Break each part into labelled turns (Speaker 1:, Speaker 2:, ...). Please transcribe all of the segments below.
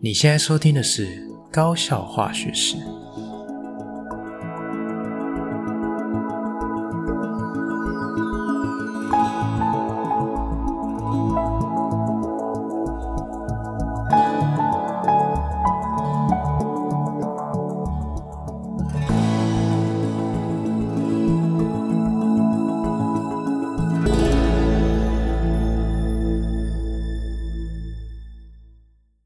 Speaker 1: 你现在收听的是《高效化学史》。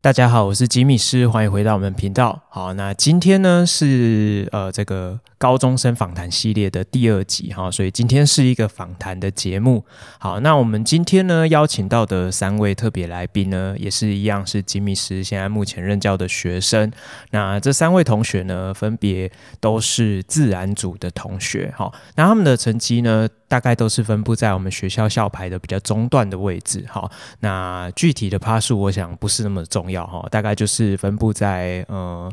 Speaker 2: 大家好，我是吉米师，欢迎回到我们频道。好，那今天呢是呃这个高中生访谈系列的第二集哈、所以今天是一个访谈的节目。好，那我们今天呢邀请到的三位特别来宾呢，也是一样是吉米师现在目前任教的学生。那这三位同学呢，分别都是自然组的同学哈、那他们的成绩呢，大概都是分布在我们学校校牌的比较中段的位置哈、那具体的趴数，我想不是那么重要哈、大概就是分布在呃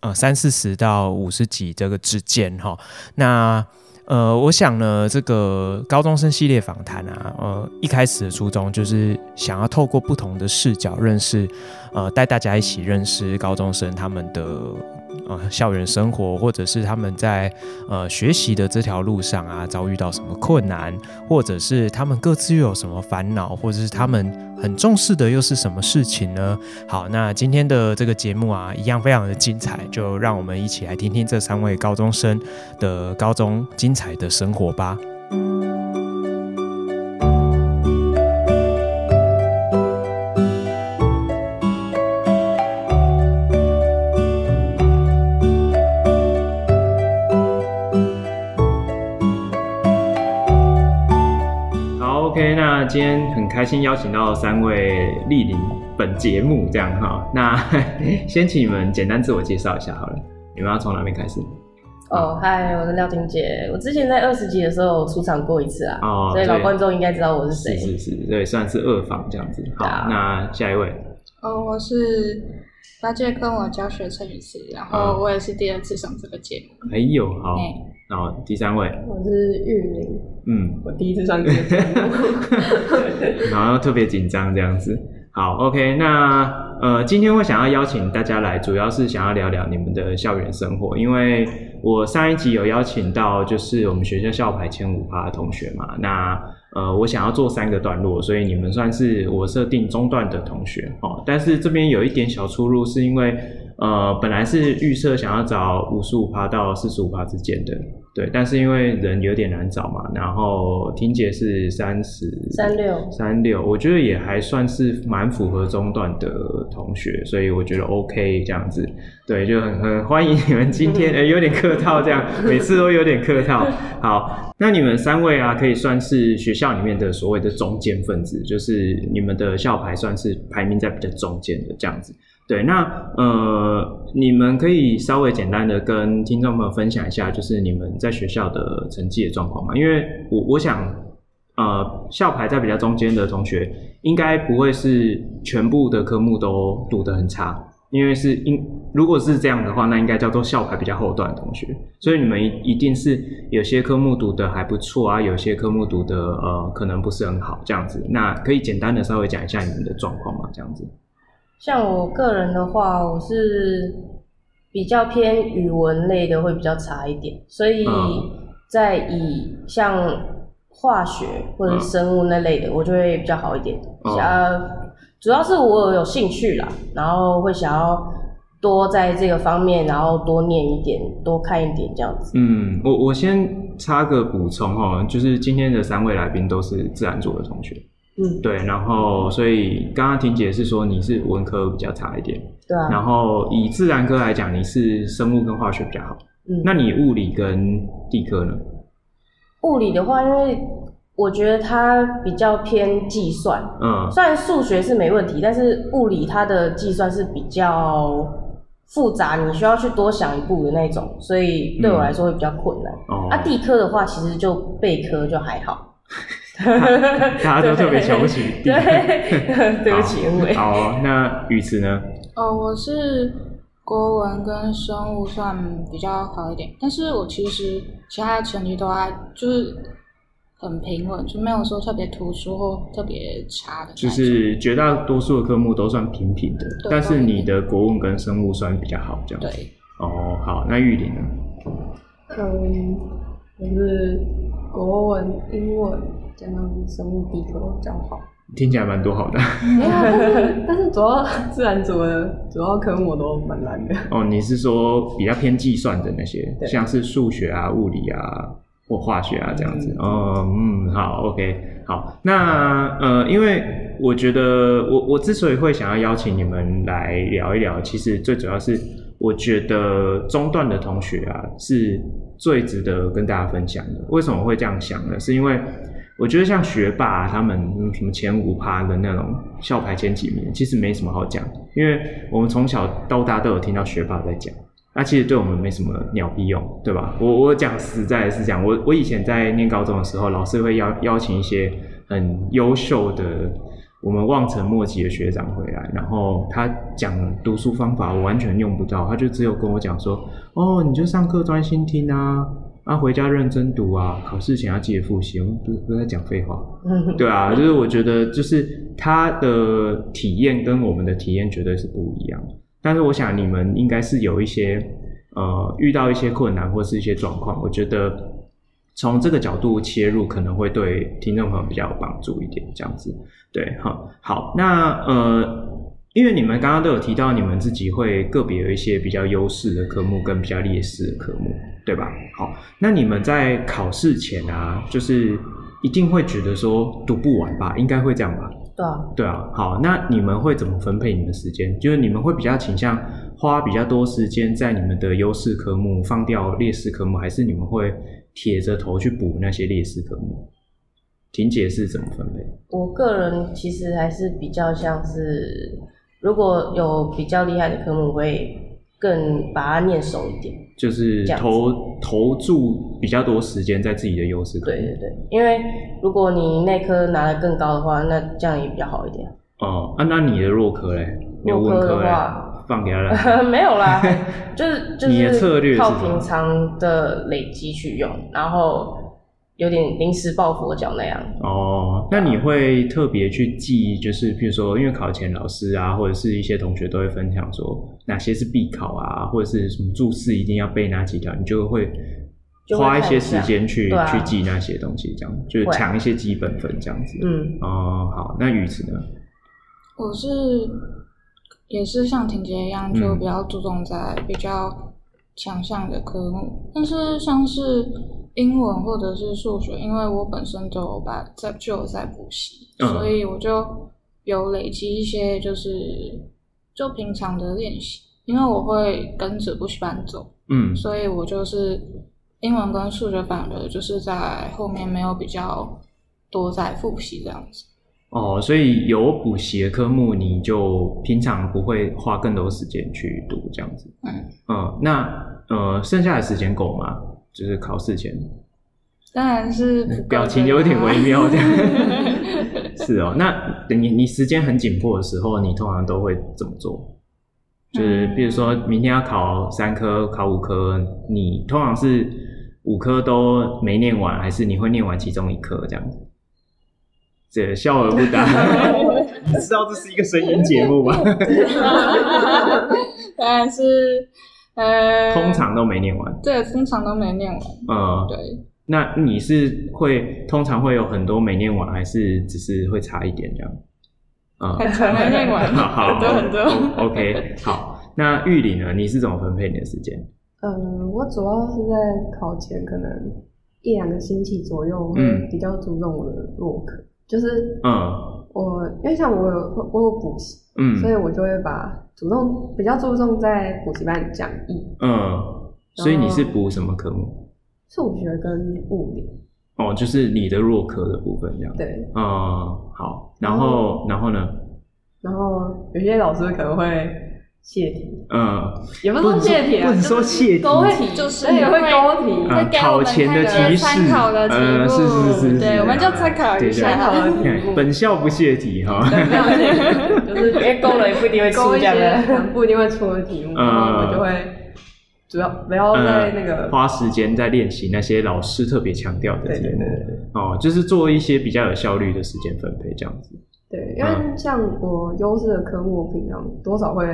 Speaker 2: 呃三四十到五十几这个之间哈、那呃，我想呢，这个高中生系列访谈啊，呃，一开始的初衷就是想要透过不同的视角认识，呃，带大家一起认识高中生他们的呃校园生活，或者是他们在呃学习的这条路上啊，遭遇到什么困难，或者是他们各自又有什么烦恼，或者是他们很重视的又是什么事情呢？好，那今天的这个节目啊，一样非常的精彩，就让我们一起来听听这三位高中生的高中精彩的生活吧。
Speaker 3: 好，OK，那今天很开心邀请到三位莅临本节目，这样哈。那 先请你们简单自我介绍一下好了，你们要从哪边开始？
Speaker 4: 哦，嗨，我是廖婷姐。我之前在二十集的时候出场过一次啊，
Speaker 3: 哦
Speaker 4: 所以老
Speaker 3: 对
Speaker 4: 观众应该知道我是谁。
Speaker 3: 是是是，对，算是二访这样子。好，
Speaker 4: 对啊
Speaker 3: 那下一位，
Speaker 5: 呃，我是八戒跟我教学生一次，然
Speaker 3: 啊
Speaker 5: 后我也是第二次上这个节目。
Speaker 3: 哎呦，好
Speaker 5: 哎，
Speaker 3: 然后第三位，
Speaker 4: 我是玉明，
Speaker 3: 嗯，
Speaker 4: 我第一次上这个节目。
Speaker 3: 然后特别紧张这样子。好，OK，那呃，今天会想要邀请大家来，主要是想要聊聊你们的校园生活，因为我上一集有邀请到就是我们学校校牌前五趴的同学嘛，那呃，我想要做三个段落，所以你们算是我设定中段的同学哦。但是这边有一点小出入，是因为呃，本来是预设想要找五十五趴到四十五趴之间的，对，但是因为人有点难找嘛，然后婷姐是三十
Speaker 4: 36
Speaker 3: 三六，我觉得也还算是蛮符合中段的同学，所以我觉得 OK 这样子，对，就很很欢迎你们今天，哎、有点客套这样，每次都有点客套。好，那你们三位啊，可以算是学校里面的所谓的中间分子，就是你们的校牌算是排名在比较中间的这样子。对，那呃，你们可以稍微简单的跟听众朋友分享一下，就是你们在学校的成绩的状况嘛？因为我我想，呃，校排在比较中间的同学，应该不会是全部的科目都读得很差，因为是应如果是这样的话，那应该叫做校排比较后段的同学。所以你们一一定是有些科目读的还不错啊，有些科目读的呃可能不是很好这样子。那可以简单的稍微讲一下你们的状况嘛？这样子，
Speaker 4: 像我个人的话，我是比较偏语文类的会比较差一点，所以
Speaker 3: 嗯
Speaker 4: 在以像化学或者
Speaker 3: 嗯
Speaker 4: 生物那类的，我就会比较好一点。
Speaker 3: 哦
Speaker 4: 想要主要是我有兴趣啦，然后会想要多在这个方面，然后多念一点，多看一点这样子。
Speaker 3: 嗯，我我先插个补充哦，就是今天的三位来宾都是自然组的同学，
Speaker 4: 嗯，
Speaker 3: 对，然后所以刚刚婷姐是说你是文科比较差一点，
Speaker 4: 对啊，
Speaker 3: 然后以自然科来讲，你是生物跟化学比较好，
Speaker 4: 嗯
Speaker 3: 那你物理跟地科呢？
Speaker 4: 物理的话，因为我觉得它比较偏计算，
Speaker 3: 嗯，
Speaker 4: 虽然数学是没问题，但是物理它的计算是比较复杂，你需要去多想一步的那种，所以对我来说会比较困难。
Speaker 3: 哦，
Speaker 4: 啊，地科的话，其实就备科就还好。
Speaker 3: 大家都特别瞧不起地
Speaker 4: 对
Speaker 3: 科。，
Speaker 4: 对不起，因 为
Speaker 3: 好哦，那语词呢？
Speaker 5: 哦，我是国文跟生物算比较好一点，但是我其实其他的成绩都还就是很平稳，就没有说特别突出或特别差的那种。
Speaker 3: 就是绝大多数的科目都算平平的，
Speaker 5: 对
Speaker 3: 但是你的国文跟生物算比较好，这样子。
Speaker 5: 对，
Speaker 3: 哦，好，那玉林呢？
Speaker 6: 嗯，就是国文、英文加上生物、地科比较好。
Speaker 3: 听起来蛮多好的
Speaker 6: 没有，但是但是主要自然组的主要科目我都蛮难的。
Speaker 3: 哦。你是说比较偏计算的那些，
Speaker 6: 对
Speaker 3: 像是数学啊、物理啊或化学啊这样子？哦，嗯，好，OK，好。那呃，因为我觉得我我之所以会想要邀请你们来聊一聊，其实最主要是我觉得中段的同学啊是最值得跟大家分享的。为什么会这样想呢？是因为我觉得像学霸啊、他们嗯什么前五趴的那种校排前几名，其实没什么好讲，因为我们从小到大都有听到学霸在讲，那、其实对我们没什么鸟屁用，对吧？我我讲实在的是讲，我我以前在念高中的时候，老师会邀邀请一些很优秀的。我们望尘莫及的学长回来，然后他讲读书方法我完全用不到，他就只有跟我讲说，哦，你就上课专心听啊，啊，回家认真读啊，考试前要记得复习。我们不是不是在讲废话，对啊，就是我觉得就是他的体验跟我们的体验绝对是不一样的。但是我想你们应该是有一些呃遇到一些困难或是一些状况，我觉得从这个角度切入可能会对听众朋友比较有帮助一点，这样子。对，好，好，那呃，因为你们刚刚都有提到你们自己会个别有一些比较优势的科目跟比较劣势的科目，对吧？好，那你们在考试前啊，就是一定会觉得说读不完吧，应该会这样吧？
Speaker 4: 对啊，
Speaker 3: 对啊，好，那你们会怎么分配你们的时间？就是你们会比较倾向花比较多时间在你们的优势科目，放掉劣势科目，还是你们会铁着头去补那些劣势科目？婷姐是怎么分配？
Speaker 4: 我个人其实还是比较像是，如果有比较厉害的科目，我会更把它念熟一点。
Speaker 3: 就是
Speaker 4: 这样子
Speaker 3: 投投注比较多时间在自己的优势科目。
Speaker 4: 对对对，因为如果你那科拿得更高的话，那这样也比较好一点。
Speaker 3: 哦、啊，那你的弱科嘞？你
Speaker 4: 弱科
Speaker 3: 文科
Speaker 4: 的
Speaker 3: 嘞
Speaker 4: 话？
Speaker 3: 放给他 啊了。
Speaker 4: 没有 啦，就是就是
Speaker 3: 你的策略是
Speaker 4: 靠
Speaker 3: 什么
Speaker 4: 平常的累积去用，然后有点临时抱佛脚那样。
Speaker 3: 哦，那你会特别去记，就是譬如说，因为考前老师啊，或者是一些同学都会分享说哪些是必考啊，或者是什么注释一定要背哪几条，你就会
Speaker 4: 就会
Speaker 3: 花一
Speaker 4: 看
Speaker 3: 些
Speaker 4: 一
Speaker 3: 时
Speaker 4: 下
Speaker 3: 间去、
Speaker 4: 对啊
Speaker 3: 去记那些东西，这样就是
Speaker 4: 会
Speaker 3: 抢一些基本分这样子。
Speaker 4: 嗯，
Speaker 3: 哦，好，那语词呢？
Speaker 5: 我是也是像婷姐一样，就比较注重在比较强项的科目，但是像是英文或者是数学，因为我本身就有把在就有在补习，
Speaker 3: 嗯
Speaker 5: 所以我就有累积一些就是就平常的练习，因为我会跟着补习班走，
Speaker 3: 嗯，
Speaker 5: 所以我就是英文跟数学反而就是在后面没有比较多在复习这样子。
Speaker 3: 哦，所以有补习的科目，你就平常不会花更多时间去读这样子。
Speaker 5: 嗯
Speaker 3: 嗯，那呃，剩下的时间够吗？就是考试前，
Speaker 5: 当然是不够的啦
Speaker 3: 嗯表情有点微妙这样。是哦，那你你时间很紧迫的时候，你通常都会怎么做？就是
Speaker 5: 嗯
Speaker 3: 比如说明天要考三科，考五科，你通常是五科都没念完，还是你会念完其中一科这样子？这笑而不答， 你知道这是一个声音节目吧？
Speaker 5: 当然是 呃，
Speaker 3: 通常都没念完，
Speaker 5: 对，通常都没念完。
Speaker 3: 呃，
Speaker 5: 对，
Speaker 3: 那你是会通常会有很多没念完，还是只是会差一点这样？啊、
Speaker 5: 很常没念 完，
Speaker 3: 好好，
Speaker 5: 很多很多。
Speaker 3: O- OK，好。那玉林呢？你是怎么分配你的时间？
Speaker 6: 嗯，我主要是在考前可能一两个星期左右，
Speaker 3: 嗯
Speaker 6: 会比较注重我的弱科，就是
Speaker 3: 嗯
Speaker 6: 我因为像我有我有补习，所以
Speaker 3: 嗯
Speaker 6: 我就会把主动比较注重在补习班讲义、
Speaker 3: 嗯，所以你是补什么科目？
Speaker 6: 数学跟物理，
Speaker 3: 哦，就是你的弱科的部分这样。
Speaker 6: 对。
Speaker 3: 嗯，好。然后，然后呢？
Speaker 6: 然后有些老师可能会泄 题，
Speaker 3: 嗯，
Speaker 6: 也不是
Speaker 3: 不
Speaker 6: 说
Speaker 3: 能说
Speaker 6: 泄题
Speaker 3: 不
Speaker 6: 啊，
Speaker 3: 能说泄题
Speaker 6: 勾题，
Speaker 5: 就是
Speaker 6: 对，会
Speaker 5: 会
Speaker 6: 勾题，
Speaker 5: 会
Speaker 3: 啊
Speaker 5: 给我
Speaker 3: 考
Speaker 5: 们
Speaker 3: 前的
Speaker 5: 那
Speaker 3: 提示，
Speaker 5: 个参考的题
Speaker 3: 呃，
Speaker 5: 目，
Speaker 3: 是是是是，
Speaker 5: 对，
Speaker 3: 是
Speaker 5: 我们就参考一
Speaker 6: 参
Speaker 5: 下
Speaker 6: 考。的题目
Speaker 3: 本校不泄题哈。
Speaker 6: 对，没有
Speaker 3: 啊
Speaker 6: 泄题，就是
Speaker 4: 因为勾了也不一定会
Speaker 6: 勾
Speaker 4: 出这
Speaker 6: 一些
Speaker 4: 样的。
Speaker 6: 很不一定会出的题目，
Speaker 3: 嗯
Speaker 6: 然后我就会主要不要在那个、
Speaker 3: 呃、花时间在练习那些老师特别强调的
Speaker 6: 对
Speaker 3: 技
Speaker 6: 对
Speaker 3: 能，
Speaker 6: 对对
Speaker 3: 哦，就是做一些比较有效率的时间分配这样子。
Speaker 6: 对，因为像我优势的科目，我平常多少会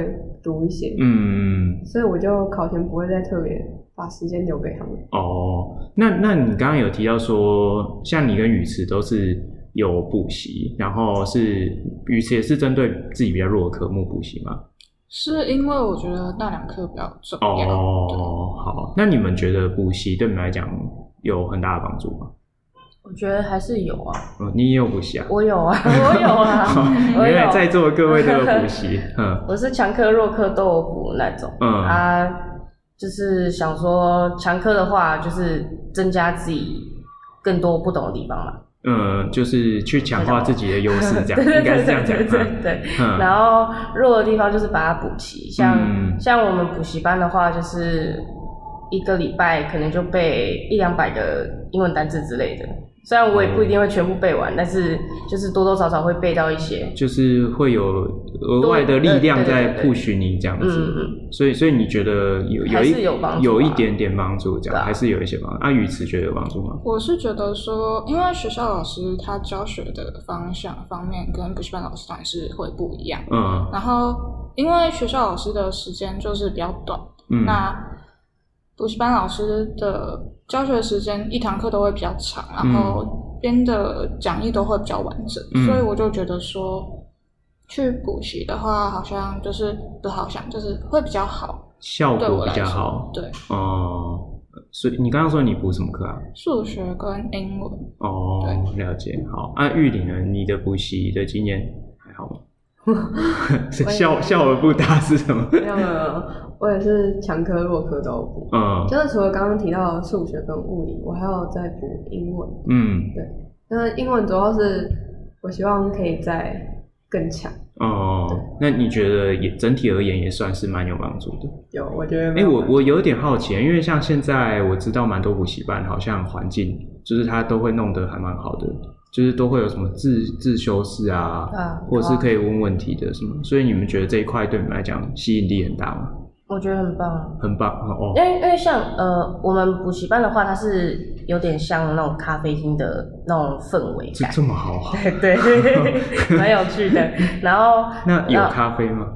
Speaker 6: 读一些，
Speaker 3: 嗯，
Speaker 6: 所以我就考前不会再特别把时间留给他们。
Speaker 3: 哦，那那你刚刚有提到说，像你跟雨池都是有补习，然后是雨池也是针对自己比较弱的科目补习嘛？
Speaker 5: 是因为我觉得那两科比较重要。
Speaker 3: 哦，好，那你们觉得补习对你们来讲有很大的帮助吗？
Speaker 4: 我觉得还是有啊，
Speaker 3: 哦，你也有补习啊？
Speaker 4: 我 有啊，我有
Speaker 3: 好
Speaker 4: 啊，我
Speaker 3: 原来在
Speaker 4: 有。
Speaker 3: 座的各位都有补 习，嗯
Speaker 4: 我是强科弱科都有补那种，
Speaker 3: 嗯
Speaker 4: 啊，就是想说强科的话，就是增加自己更多不懂的地方嘛，
Speaker 3: 嗯，就是去强化自己的优势，这
Speaker 4: 对
Speaker 3: 样
Speaker 4: 对
Speaker 3: 应该是这样讲
Speaker 4: 对对对
Speaker 3: 嗯
Speaker 4: 对对。
Speaker 3: 嗯
Speaker 4: 然后弱的地方就是把它补齐，像、
Speaker 3: 嗯
Speaker 4: 像我们补习班的话，就是一个礼拜可能就背一两百个英文单字之类的。虽然我也不一定会全部背完，但是就是多多少少会背到一些。
Speaker 3: 就是会有额外的力量在 push 你这样
Speaker 4: 嗯
Speaker 3: 子，
Speaker 4: 嗯，
Speaker 3: 所以所以你觉得有有
Speaker 4: 还
Speaker 3: 一
Speaker 4: 是有帮助啊
Speaker 3: 有一点点帮助，这
Speaker 4: 对
Speaker 3: 样
Speaker 4: 啊
Speaker 3: 还是有一些帮助。阿宇慈觉得有帮助吗？
Speaker 5: 我是觉得说，因为学校老师他教学的方向方面跟补习班老师当然是会不一样。
Speaker 3: 嗯
Speaker 5: 然后，因为学校老师的时间就是比较短，
Speaker 3: 嗯，
Speaker 5: 那补习班老师的教学时间一堂课都会比较长，然后编的讲义都会比较完整，
Speaker 3: 嗯
Speaker 5: 所以我就觉得说，去补习的话，好像就是不好像就是会比较好，
Speaker 3: 效
Speaker 5: 对我
Speaker 3: 果比
Speaker 5: 来
Speaker 3: 较
Speaker 5: 说，
Speaker 3: 好
Speaker 5: 对，
Speaker 3: 哦。所以你刚刚说你补什么课啊？
Speaker 5: 数学跟英文，
Speaker 3: 哦，了解。好，按、玉玲呢？你的补习的经验还好吗？ 是笑笑而不答是什么？
Speaker 6: 那么我也是强科弱科都有补，
Speaker 3: 嗯
Speaker 6: 就是除了刚刚提到的数学跟物理，我还有在补英文。
Speaker 3: 嗯
Speaker 6: 那英文主要是我希望可以再更强。
Speaker 3: 哦，那你觉得也整体而言也算是蛮有帮助的。
Speaker 6: 有，我觉得
Speaker 3: 哎、
Speaker 6: 没有
Speaker 3: 我
Speaker 6: 问题
Speaker 3: 我有点好奇，因为像现在我知道蛮多补习班，好像环境就是它都会弄得还蛮好的，就是都会有什么自自修室啊，
Speaker 4: 啊
Speaker 3: 或者是可以问问题的什么，所以你们觉得这一块对你们来讲吸引力很大吗？
Speaker 4: 我觉得很棒啊。
Speaker 3: 很棒哦，
Speaker 4: 因为因为像呃，我们补习班的话，它是有点像那种咖啡厅的那种氛围
Speaker 3: 这
Speaker 4: 感，
Speaker 3: 这么好，啊
Speaker 4: 对， 蛮有趣的。然后
Speaker 3: 那有
Speaker 4: 然后
Speaker 3: 咖啡 吗？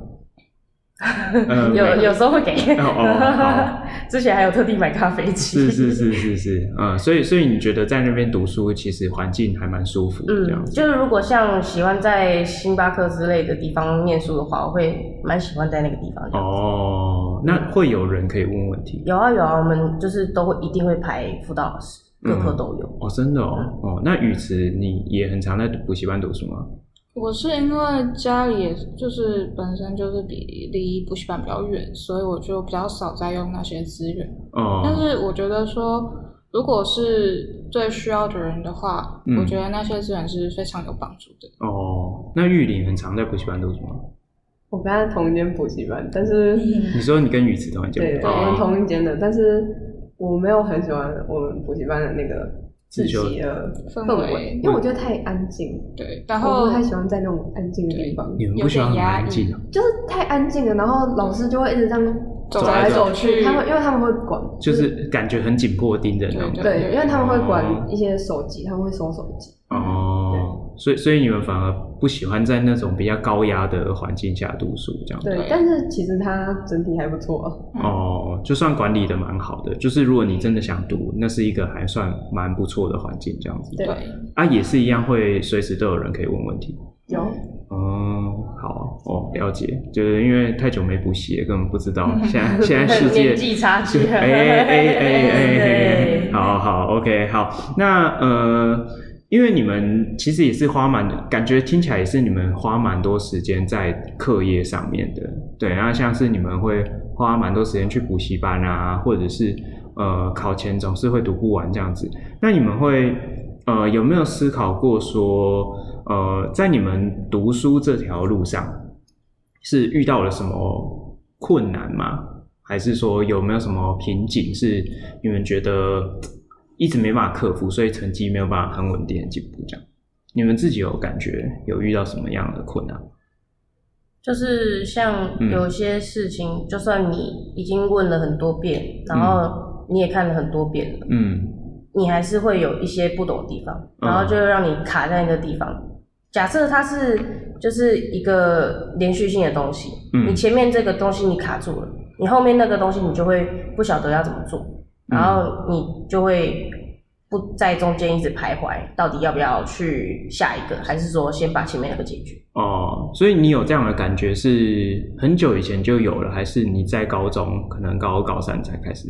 Speaker 3: 呃
Speaker 4: 嗯有
Speaker 3: 没
Speaker 4: 有时候会给，
Speaker 3: 哦哦好
Speaker 4: 之前还有特地买咖啡机，
Speaker 3: 是是是是是，嗯，所以所以你觉得在那边读书其实环境还蛮舒服的这样
Speaker 4: 嗯，
Speaker 3: 子，
Speaker 4: 就是如果像喜欢在星巴克之类的地方念书的话，我会蛮喜欢在那个地方的。
Speaker 3: 哦，那会有人可以问问题吗
Speaker 4: 有啊有啊，我们就是都会一定会排辅导老师，各科都有。
Speaker 3: 哦，真的
Speaker 6: 嗯
Speaker 3: 哦，哦，那宇慈你也很常在补习班读书吗？
Speaker 5: 我是因为家里也就是本身就是比离补习班比较远，所以我就比较少在用那些资源。但
Speaker 3: 哦，
Speaker 5: 是我觉得说，如果是最需要的人的话，
Speaker 3: 嗯
Speaker 5: 我觉得那些资源是非常有帮助的。
Speaker 3: 哦，那玉林很常在补习班读书吗？
Speaker 6: 我跟他同一间补习班，但是
Speaker 5: 嗯
Speaker 3: 你说你跟宇慈同一
Speaker 6: 对
Speaker 3: 间，
Speaker 6: 我们
Speaker 3: 哦，
Speaker 6: 同一间的，但是我没有很喜欢我们补习班的那个
Speaker 3: 自
Speaker 6: 自
Speaker 3: 修嗯
Speaker 6: 习的
Speaker 5: 氛
Speaker 6: 氛
Speaker 5: 围
Speaker 6: 围，因为我觉得太安静，
Speaker 5: 对，然
Speaker 6: 我
Speaker 5: 后
Speaker 6: 不太喜欢在那种安静的地方，
Speaker 3: 你们不喜欢很安静啊，
Speaker 6: 就是太安静了，然后老师就会一直这样
Speaker 5: 走
Speaker 3: 来
Speaker 6: 来
Speaker 3: 走
Speaker 6: 走
Speaker 5: 去
Speaker 6: 他们因为他们会管，
Speaker 3: 就是感觉很紧迫盯着那种。
Speaker 5: 对
Speaker 6: 对，因为他们会
Speaker 3: 哦
Speaker 6: 管一些手机，他们会收手机。
Speaker 3: 哦，所以所以你们反而不喜欢在那种比较高压的环境下读书这样。
Speaker 6: 对
Speaker 5: 对，
Speaker 6: 但是其实它整体还不错啊。
Speaker 3: 哦，就算管理的蛮好的，就是如果你真的想读，那是一个还算蛮不错的环境这样子。
Speaker 6: 对
Speaker 5: 对，
Speaker 3: 啊，也是一样会随时都有人可以问问题。
Speaker 6: 有，
Speaker 3: 哦，好哦，了解，就是因为太久没补习了，根本不知 道现在嗯现在世界
Speaker 4: 年纪差 距，
Speaker 3: 哎哎哎哎哎，
Speaker 4: 对
Speaker 3: 好好，OK，好，那呃，因为你们其实也是花蛮，感觉听起来也是你们花蛮多时间在课业上面的，对，然后像是你们会花蛮多时间去补习班啊，或者是呃考前总是会读不完这样子，那你们会呃有没有思考过说，呃，在你们读书这条路上是遇到了什么困难吗？还是说有没有什么瓶颈是你们觉得一直没办法克服，所以成绩没有办法很稳定的进步？这样，你们自己有感觉有遇到什么样的困难？
Speaker 4: 就是像
Speaker 3: 嗯
Speaker 4: 有些事情，就算你已经问了很多遍，然后你也看了很多遍了，
Speaker 3: 嗯
Speaker 4: 你还是会有一些不懂的地方，
Speaker 3: 嗯
Speaker 4: 然后就会让你卡在那个地方。假设它是就是一个连续性的东西，
Speaker 3: 嗯
Speaker 4: 你前面这个东西你卡住了，你后面那个东西你就会不晓得要怎么做，
Speaker 3: 嗯
Speaker 4: 然后你就会不在中间一直徘徊，到底要不要去下一个，还是说先把前面那个解决？
Speaker 3: 哦，所以你有这样的感觉是很久以前就有了，还是你在高中可能高二高三才开始？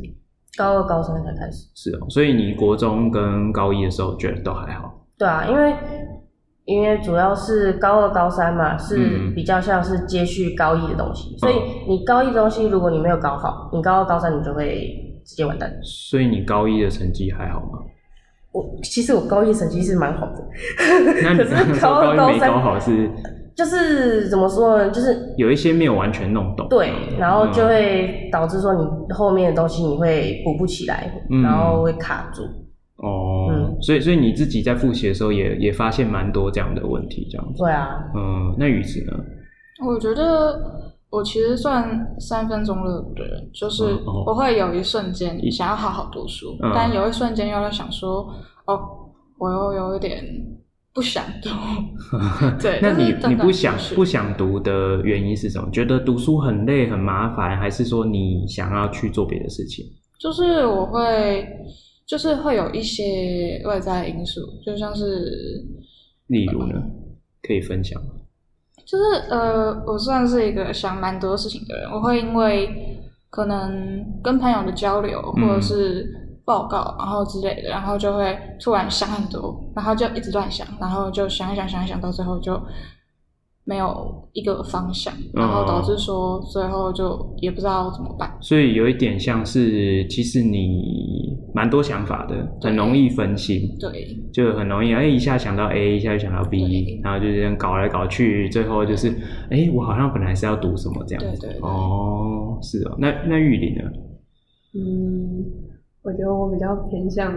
Speaker 4: 高二、高三才开始。
Speaker 3: 是哦，所以你国中跟高一的时候觉得都还好。
Speaker 4: 对啊，因为因为主要是高二、高三嘛，是
Speaker 3: 嗯
Speaker 4: 比较像是接续高一的东西，所以你高一的东西如果你没有搞好，你高二、高三你就会直接完蛋。
Speaker 3: 所以你高一的成绩还好 吗？
Speaker 4: 我其实我高一成绩是蛮好的，
Speaker 3: 那你
Speaker 4: 可
Speaker 3: 刚刚
Speaker 4: 是
Speaker 3: 说
Speaker 4: 高二、
Speaker 3: 高一没
Speaker 4: 三
Speaker 3: 搞好是
Speaker 4: 就是怎么说呢？就是
Speaker 3: 有一些没有完全弄懂。
Speaker 4: 对，然后就
Speaker 3: 嗯
Speaker 4: 会导致说你后面的东西你会补不起来，
Speaker 3: 嗯
Speaker 4: 然后会卡住。
Speaker 3: 哦，
Speaker 4: 嗯
Speaker 3: 所以所以你自己在复习的时候也也发现蛮多这样的问题，这样子。
Speaker 4: 对啊，
Speaker 3: 嗯，那宇子呢？
Speaker 5: 我觉得我其实算三分钟热的人，就是
Speaker 3: 嗯哦
Speaker 5: 我会有一瞬间想要好好读书，
Speaker 3: 嗯
Speaker 5: 但有一瞬间又在想说，哦，我又有一点不想 读。对，
Speaker 3: 那
Speaker 5: 但是
Speaker 3: 你
Speaker 5: 真的
Speaker 3: 你不想
Speaker 5: 是
Speaker 3: 不想读的原因是什么？觉得读书很累很麻烦，还是说你想要去做别的事情？
Speaker 5: 就是我会，就是会有一些外在因素，就像是，
Speaker 3: 例如呢，
Speaker 5: 嗯
Speaker 3: 可以分享吗？
Speaker 5: 就是呃，我算是一个想蛮多事情的人，我会因为可能跟朋友的交流或
Speaker 3: 嗯
Speaker 5: 者是报告，然后之类的，然后就会突然想很多，然后就一直乱想，然后就想一想想一想，到最后就没有一个方向，然后导致说最后就也不知道怎么办。
Speaker 3: 所以有一点像是，其实你蛮多想法的，很容易分心，
Speaker 5: 对，
Speaker 3: 就很容易哎一下想到 A，一下又想到 B，
Speaker 5: 对
Speaker 3: 然后就这样搞来搞去，最后就是哎我好像本来是要读什么这样子。
Speaker 5: 对对对
Speaker 3: 哦，是哦，那那玉林呢？
Speaker 6: 嗯，我觉得我比较偏向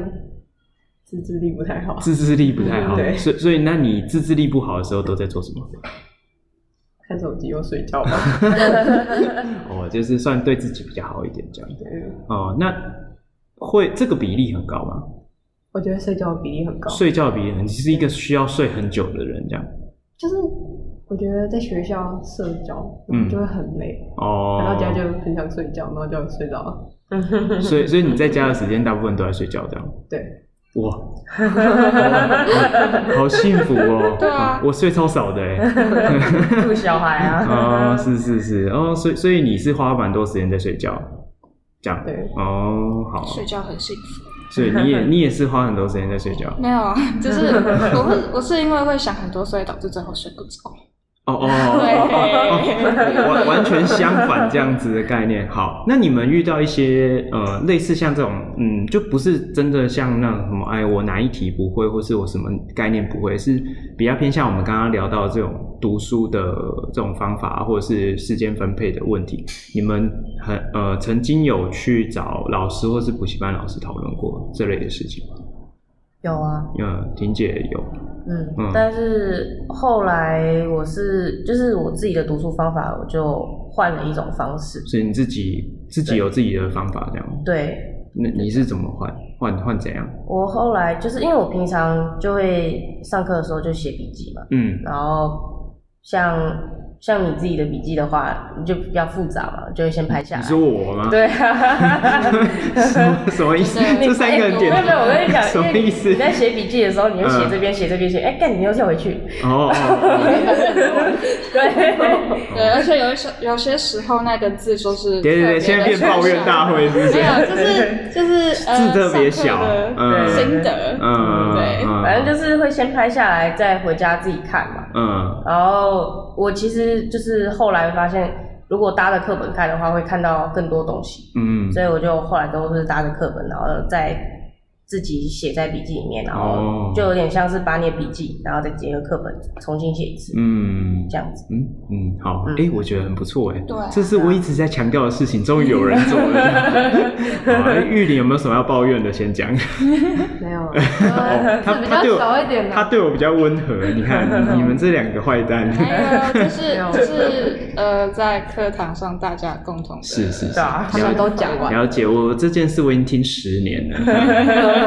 Speaker 6: 自制力不太好，
Speaker 3: 自制力不太好，
Speaker 6: 啊对
Speaker 3: 所以所以那你自制力不好的时候都在做什么？
Speaker 6: 看手机又睡觉吧。
Speaker 3: 哦，就是算对自己比较好一点这样。
Speaker 6: 对，
Speaker 3: 哦，那会这个比例很高吗？
Speaker 6: 我觉得睡觉的比例很高，
Speaker 3: 睡觉比例很，你是一个需要睡很久的人这样。
Speaker 6: 就是我觉得在学校社交，
Speaker 3: 嗯
Speaker 6: 嗯，就会很累，
Speaker 3: 哦，
Speaker 6: 回到家就很想睡觉，然后就睡着了。
Speaker 3: 所以所以你在家的时间大部分都在睡觉这样。
Speaker 6: 对，
Speaker 3: 哇，好幸福哦！
Speaker 5: 对啊
Speaker 3: 我睡超少的哎。
Speaker 4: 顾小孩
Speaker 3: 哦，
Speaker 4: 啊，
Speaker 3: 是是是，哦，所以所以你是花蛮多时间在睡觉，这样。
Speaker 6: 对
Speaker 3: 哦，好，
Speaker 5: 睡觉很幸福。
Speaker 3: 所以你也你也是花很多时间在睡觉。
Speaker 5: 没有啊，就是我会，我是因为会想很多，所以导致最后睡不着。
Speaker 3: 哦哦哦，完完全相反这样子的概念。好，那你们遇到一些呃类似像这种，嗯，就不是真的像那种什么，哎，我哪一题不会，或是我什么概念不会，是比较偏向我们刚刚聊到的这种读书的这种方法，或者是时间分配的问题。你们很呃曾经有去找老师或是补习班老师讨论过这类的事情吗？
Speaker 4: 有啊，
Speaker 3: 嗯，婷姐有，嗯
Speaker 4: 嗯，但是后来我是就是我自己的读书方法，我就换了一种方式。
Speaker 3: 所以你自己自己有自己的方法这样。
Speaker 4: 对
Speaker 3: 那你是怎么换？换换怎样？
Speaker 4: 我后来就是因为我平常就会上课的时候就写笔记嘛，
Speaker 3: 嗯
Speaker 4: 然后像像你自己的笔记的话，你就比较复杂嘛，就会先拍下
Speaker 3: 你
Speaker 4: 来。
Speaker 3: 说我吗？，
Speaker 4: 对啊，
Speaker 3: 什么什么意思？
Speaker 5: 对
Speaker 3: 这三个人
Speaker 4: 没
Speaker 3: 点
Speaker 4: 有没有，我跟你讲，
Speaker 3: 什么
Speaker 4: 因为
Speaker 3: 意思
Speaker 4: 你？在写笔记的时候，你会写这边写这边写，哎，干你又跳回去，
Speaker 3: 哦哦 哦，
Speaker 4: 对，
Speaker 5: 对，而且有些有些时候那个字就是
Speaker 3: 嗯对对对，现在变抱怨大会是不是
Speaker 5: 没？有，就是就是 呃，
Speaker 3: 字特别小
Speaker 5: 上课的
Speaker 3: 嗯
Speaker 5: 心得，
Speaker 3: 嗯，
Speaker 5: 对，
Speaker 4: 反
Speaker 3: 嗯
Speaker 4: 正就是会先拍下来，再回家自己看嘛。
Speaker 3: 嗯
Speaker 4: 然后我其实就是后来发现，如果搭着课本看的话，会看到更多东西，
Speaker 3: 嗯
Speaker 4: 所以我就后来都是搭着课本，然后再自己写在笔记里面，然
Speaker 3: 哦
Speaker 4: 后就有点像是把你的笔记，然后再结合课本重新写一次，
Speaker 3: 嗯
Speaker 4: 这样子。
Speaker 3: 嗯嗯，好，哎、
Speaker 4: 嗯
Speaker 3: 我觉得很不错哎、
Speaker 5: 对啊
Speaker 3: 这是我一直在强调的事情，终于有人做了。好，诶玉林有没有什么要抱怨的？先讲。
Speaker 6: 没有，
Speaker 3: 哦他
Speaker 6: 是比
Speaker 3: 他对
Speaker 6: 较
Speaker 3: 我
Speaker 6: 少一点
Speaker 3: 他
Speaker 6: 的。
Speaker 3: 对我比较温和，你看，你们这两个坏蛋。
Speaker 5: 还有就是
Speaker 6: 没有
Speaker 5: 就是呃，在课堂上大家共同 的
Speaker 3: 是是是
Speaker 4: 对，啊，
Speaker 6: 他们都讲完，
Speaker 3: 了解，我这件事我已经听十年 了。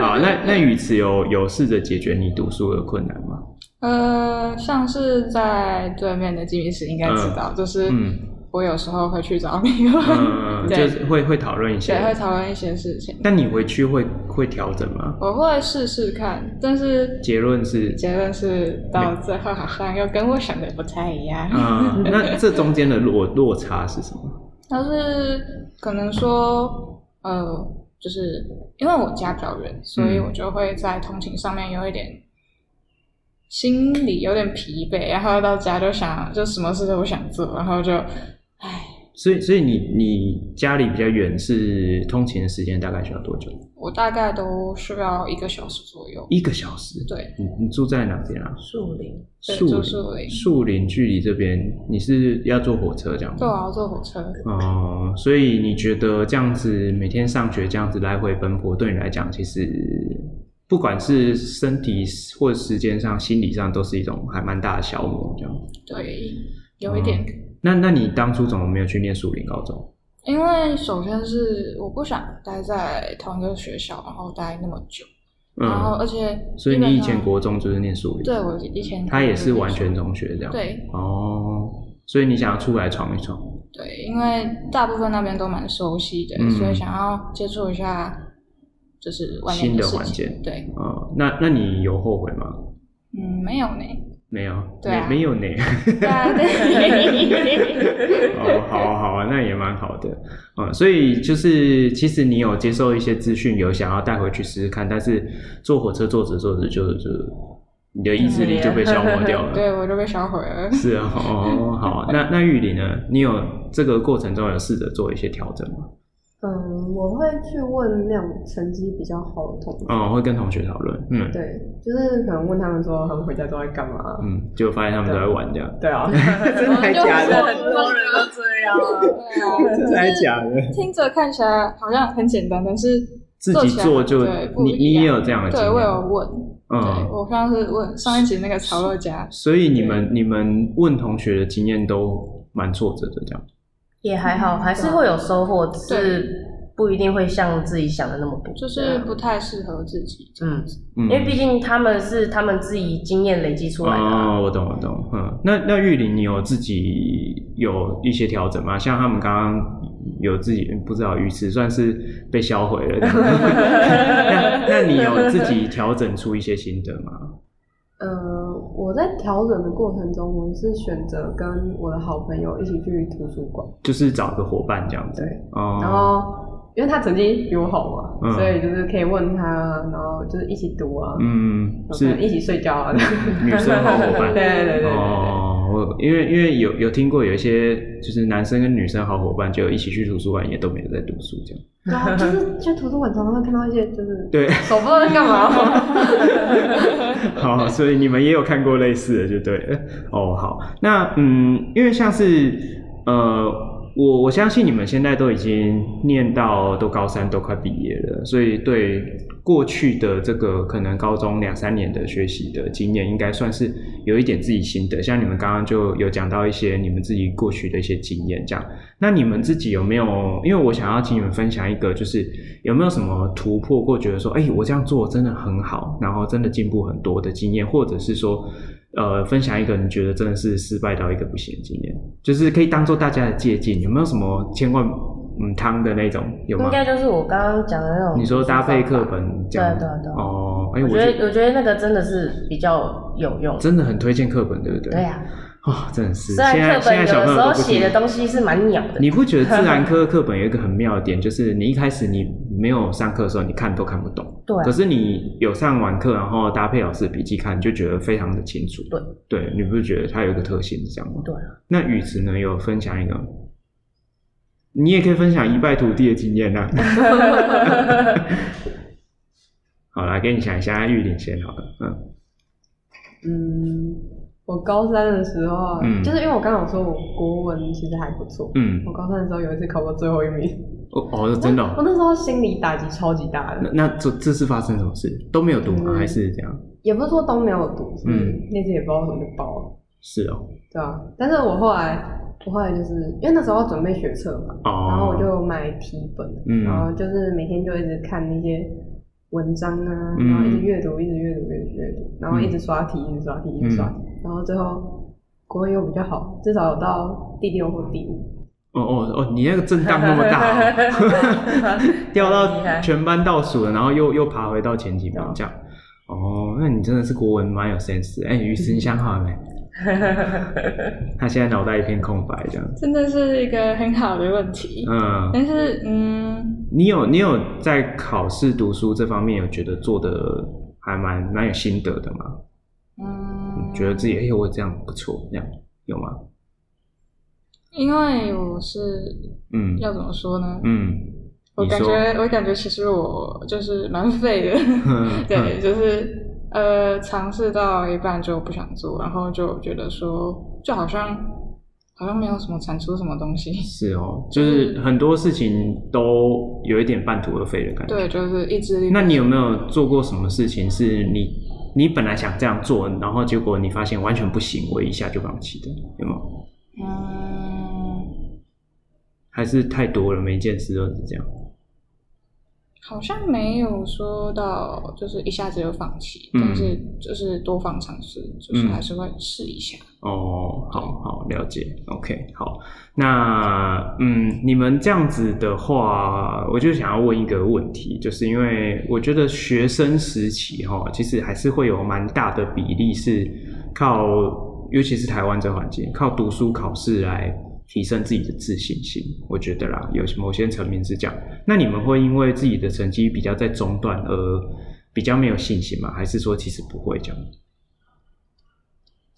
Speaker 3: 好，那那宇慈有有试着解决你读书的困难 吗？
Speaker 5: 呃，像是在对面的机密室应该知道，就是
Speaker 3: 嗯
Speaker 5: 我有时候会去找你们，
Speaker 3: 嗯，就
Speaker 5: 对
Speaker 3: 是会会讨论一
Speaker 5: 对，会
Speaker 3: 些。
Speaker 5: 讨论一些事情，
Speaker 3: 但你回去会会调整吗？
Speaker 5: 我会试试看，但是
Speaker 3: 结论 是，
Speaker 5: 结论是到最后好像又跟我想的不太一样，
Speaker 3: 嗯，那这中间的落落差是什么？
Speaker 5: 但是可能说呃，就是因为我家比较远，所以
Speaker 3: 嗯
Speaker 5: 我就会在通勤上面有一点。心里有点疲惫，然后到家就想，就什么事都不想做，然后就，唉，
Speaker 3: 所以，所以你你家里比较远，是通勤的时间大概需要多久？
Speaker 5: 我大概都需要一个小时左右。
Speaker 3: 一个小时。
Speaker 5: 对，
Speaker 3: 你你住在哪边啊？
Speaker 4: 树林
Speaker 5: 对
Speaker 3: 树
Speaker 5: 住
Speaker 3: 林，
Speaker 5: 树林
Speaker 3: 树林距离这边，你是要坐火车这样吗？
Speaker 5: 对啊我要坐火车。
Speaker 3: 哦、所以你觉得这样子每天上学这样子来回奔波，对你来讲，其实不管是身体或时间上、心理上，都是一种还蛮大的消磨。这样，
Speaker 5: 对，有一点，
Speaker 3: 那那你当初怎么没有去念树林高中？
Speaker 5: 因为首先是我不想待在同一个学校，然后待那么久，然哦后而
Speaker 3: 嗯，
Speaker 5: 且
Speaker 3: 所以
Speaker 5: 基本
Speaker 3: 你以
Speaker 5: 上
Speaker 3: 前国中就是念树林，
Speaker 5: 对我以前
Speaker 3: 他也是
Speaker 5: 国
Speaker 3: 完全
Speaker 5: 中
Speaker 3: 中学这样。，
Speaker 5: 对
Speaker 3: 哦，所以你想要出来闯一闯。
Speaker 5: 对，因为大部分那边都蛮熟悉的，
Speaker 3: 嗯
Speaker 5: 所以想要接触一下。就是外面
Speaker 3: 新的
Speaker 5: 事
Speaker 3: 环境
Speaker 5: 情，对，
Speaker 3: 哦、那那你有后悔吗？
Speaker 5: 嗯，没有 呢，
Speaker 3: 没有，
Speaker 5: 对啊
Speaker 3: 没没有呢。
Speaker 5: 对啊，对，
Speaker 3: 哦，好啊，好啊，那也蛮好的啊、嗯所以就是，其实你有接受一些资讯，有想要带回去试试看，但是坐火车坐着坐着就就你的意志力就被消磨 掉了。
Speaker 5: 对我就被销毁了。
Speaker 3: 是啊，哦，好，那那玉林呢？你有这个过程中有试着做一些调整吗？
Speaker 6: 嗯，我会去问那种成绩比较好的同学，
Speaker 3: 哦，会跟同学讨论，嗯
Speaker 6: 对，就是可能问他们说他们回家都在干嘛。
Speaker 3: 嗯，就发现他们都在玩这样，
Speaker 6: 对啊，
Speaker 3: 真的还假的？
Speaker 6: 多人都这样啊。
Speaker 5: 对 啊，
Speaker 3: 真的还假的？
Speaker 5: 听着看起来好像很简单，但是
Speaker 3: 自己做就
Speaker 5: 起来对不
Speaker 3: 你
Speaker 5: 一
Speaker 3: 你
Speaker 5: 样
Speaker 3: 也有这样的经
Speaker 5: 对，
Speaker 3: 验，
Speaker 5: 我有问，对
Speaker 3: 嗯，
Speaker 5: 我上次问上一集那个曹乐家，
Speaker 3: 所以你们你们问同学的经验都蛮挫折的这样。
Speaker 4: 也还好，还是会有收获，只是不一定会像自己想的那么多。啊
Speaker 5: 就是不太适合自己这样子。
Speaker 3: 嗯
Speaker 4: 因为毕竟他们是他们自己经验累积出来的啊、
Speaker 3: 哦，我懂我懂，嗯，那那玉林，你有自己有一些调整吗？像他们刚刚有自己不知道鱼池算是被销毁了， 那那你有自己调整出一些心得吗？
Speaker 6: 呃，我在调整的过程中，我是选择跟我的好朋友一起去图书馆，
Speaker 3: 就是找个伙伴这样子，
Speaker 6: 对，
Speaker 3: 哦，
Speaker 6: 然后因为他成绩比我好嘛，
Speaker 3: 嗯
Speaker 6: 所以就是可以问他，然后就是一起读啊，
Speaker 3: 嗯，
Speaker 6: 然后可
Speaker 3: 是
Speaker 6: 能一起睡觉啊，
Speaker 3: 女生好 伙伴，
Speaker 6: 对对对对对
Speaker 3: 哦，我因为因为有有听过有一些就是男生跟女生好伙伴就一起去图书馆，也都没有在读书这样。
Speaker 6: 对 啊，就是去图书馆常常会看到一些就是
Speaker 3: 对，
Speaker 6: 手不知道在干 嘛。
Speaker 3: 好，所以你们也有看过类似的，就对了。哦，好，那嗯，因为像是呃，我我相信你们现在都已经念到都高三，都快毕业了，所以对过去的这个可能高中两三年的学习的经验，应该算是有一点自己心得。像你们刚刚就有讲到一些你们自己过去的一些经验，这样。那你们自己有没有？因为哎我想要请你们分享一个，就是有没有什么突破过，觉得说，哎、我这样做真的很好，然后真的进步很多的经验，或者是说，呃，分享一个你觉得真的是失败到一个不行的经验，就是可以当做大家的借鉴。有没有什么千万嗯汤的那种？有吗
Speaker 4: 应？该就是我刚刚讲的那种。
Speaker 3: 你说搭配课，本这样？
Speaker 4: 对对对
Speaker 3: 哦，哎、
Speaker 4: 我
Speaker 3: 我
Speaker 4: 觉
Speaker 3: 觉
Speaker 4: 得
Speaker 3: 得
Speaker 4: 我觉得那个真的是比较有用。
Speaker 3: 真的很推荐课本，对不对？
Speaker 4: 对呀、
Speaker 3: 啊、真的是。
Speaker 4: 虽然
Speaker 3: 现在
Speaker 4: 课
Speaker 3: 现
Speaker 4: 本
Speaker 3: 在
Speaker 4: 有
Speaker 3: 小
Speaker 4: 的
Speaker 3: 朋
Speaker 4: 时
Speaker 3: 友都
Speaker 4: 候
Speaker 3: 不
Speaker 4: 写
Speaker 3: 行
Speaker 4: 的东西是蛮鸟的，
Speaker 3: 你不觉得自然科课本有一个很妙的点，就是你一开始你没有上课的时候，你看都看不懂。
Speaker 4: 对啊
Speaker 3: 可是你有上完课，然后搭配老师的笔记看，你就觉得非常的清楚。
Speaker 4: 对。
Speaker 3: 对，你不觉得它有一个特性是这样吗？
Speaker 4: 对啊。
Speaker 3: 那宇慈呢，有分享一个，你也可以分享一败涂地的经验啊。 好来给你想一下玉林先好了，嗯
Speaker 6: 嗯，我高三的时候啊，
Speaker 3: 嗯
Speaker 6: 就是因为我刚刚有说我国文其实还不错，
Speaker 3: 嗯，
Speaker 6: 我高三的时候有一次考过最后一名，
Speaker 3: 哦哦，真的、
Speaker 6: 我
Speaker 3: 哦，
Speaker 6: 那时候心理打击超级大的
Speaker 3: 那，那这这次发生什么事？都没有读吗？
Speaker 6: 嗯
Speaker 3: 还是这样？
Speaker 6: 也不是说都没有读，是
Speaker 3: 嗯
Speaker 6: 那次也不知道为什么就爆了，
Speaker 3: 是哦，
Speaker 6: 对啊，但是我后来，我后来就是因为那时候要准备学测嘛，
Speaker 3: 哦，
Speaker 6: 然后我就买题本，啊
Speaker 3: 嗯
Speaker 6: 然后就是每天就一直看那些文章啊，
Speaker 3: 嗯
Speaker 6: 然后一直阅读，一直阅读，一直阅读，然后一直刷题，一直刷题，一直刷题，
Speaker 3: 嗯
Speaker 6: 然后最后国文又比较好，至少有到第六或第五，
Speaker 3: 哦哦哦，你那个震荡那么大哦、 掉
Speaker 4: 很厉
Speaker 3: 到
Speaker 4: 害
Speaker 3: 全班倒数了，然后又又爬回到前几名这样。哦，那你真的是国文蛮有 sense 的。哎、于思你想好了 没？他现在脑袋一片空白这样。
Speaker 5: 真的是一个很好的问题。
Speaker 3: 嗯，
Speaker 5: 但是，嗯，
Speaker 3: 你有你有在考试读书这方面有觉得做的还蛮蛮有心得的吗？
Speaker 5: 嗯，
Speaker 3: 觉得自己哎、我这样不错，这样有吗？
Speaker 5: 因为我是
Speaker 3: 嗯
Speaker 5: 要怎么说呢？
Speaker 3: 嗯，
Speaker 5: 我
Speaker 3: 你
Speaker 5: 感
Speaker 3: 说
Speaker 5: 觉，我感觉其实我就是蛮废的，
Speaker 3: 嗯
Speaker 5: 对，就是呃，尝试到一半就不想做，然后就觉得说，就好像好像没有什么产出什么 东西，
Speaker 3: 是哦，就是很多事情都有一点半途而废的感觉。
Speaker 5: 对，就是意志力。
Speaker 3: 那你有没有做过什么事情是你你本来想这样做，然后结果你发现完全不行，我一下就放弃的，有没有？
Speaker 5: 嗯，
Speaker 3: 还是太多了，每一件事都是这样。
Speaker 5: 好像没有说到就是一下子就放弃，
Speaker 3: 嗯
Speaker 5: 但是就是多方尝试，就是
Speaker 3: 嗯
Speaker 5: 还是会试一下。
Speaker 3: 哦，好好了解，OK，好，那嗯，你们这样子的话，我就想要问一个问题，就是因为我觉得学生时期哈、其实还是会有蛮大的比例是靠，尤其是台湾这环境，靠读书考试来提升自己的自信心，我觉得啦，有某些层面是这样。那你们会因为自己的成绩比较在中段而比较没有信心吗？还是说其实不会这样？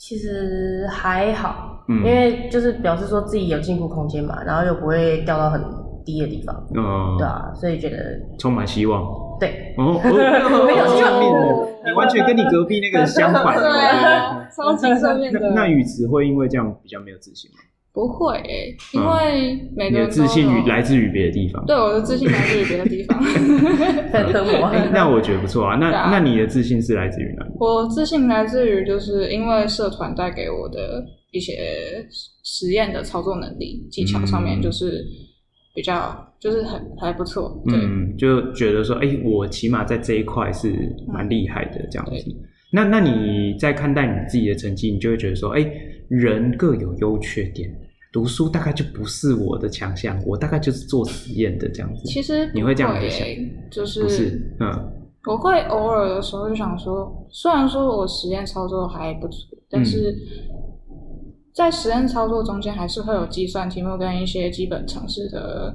Speaker 4: 其实还好，
Speaker 3: 嗯
Speaker 4: 因为就是表示说自己有进步空间嘛，然后又不会掉到很低的地方，
Speaker 3: 呃，
Speaker 4: 对啊，所以觉得
Speaker 3: 充满希望。
Speaker 4: 对，
Speaker 3: 哦，
Speaker 4: 没有
Speaker 3: 正面
Speaker 5: 哦
Speaker 3: 的，你完全跟你隔壁那个相反的。
Speaker 5: 对啊，超级正面
Speaker 3: 那
Speaker 5: 的。
Speaker 3: 那语词会因为这样比较没有自信吗？
Speaker 5: 不会、欸，
Speaker 3: 嗯
Speaker 5: 因为每
Speaker 3: 你
Speaker 5: 个
Speaker 3: 的
Speaker 5: 人
Speaker 3: 自
Speaker 5: 都
Speaker 3: 信
Speaker 5: 有
Speaker 3: 于来自于别的地方。
Speaker 5: 对我的自信来自于别的地方。
Speaker 4: 在喷我，
Speaker 3: 哎，那我觉得不错啊。那
Speaker 5: 对啊
Speaker 3: 那你的自信是来自于哪里？
Speaker 5: 我自信来自于就是因为社团带给我的一些实验的操作能力、技巧上面，
Speaker 3: 嗯
Speaker 5: 就是比较就是很还不错。对，
Speaker 3: 嗯，就觉得说，哎，我起码在这一块是蛮厉害的这样子。
Speaker 5: 嗯
Speaker 3: 那那你在看待你自己的成绩，你就会觉得说，哎，人各有优缺点，读书大概就不是我的强项，我大概就是做实验的这样子。
Speaker 5: 其实
Speaker 3: 你会这样
Speaker 5: 不
Speaker 3: 子想
Speaker 5: 欸就
Speaker 3: 不是，嗯。
Speaker 5: 我会偶尔的时候就想说，虽然说我实验操作还不错，
Speaker 3: 嗯
Speaker 5: 但是在实验操作中间还是会有计算题目跟一些基本常识的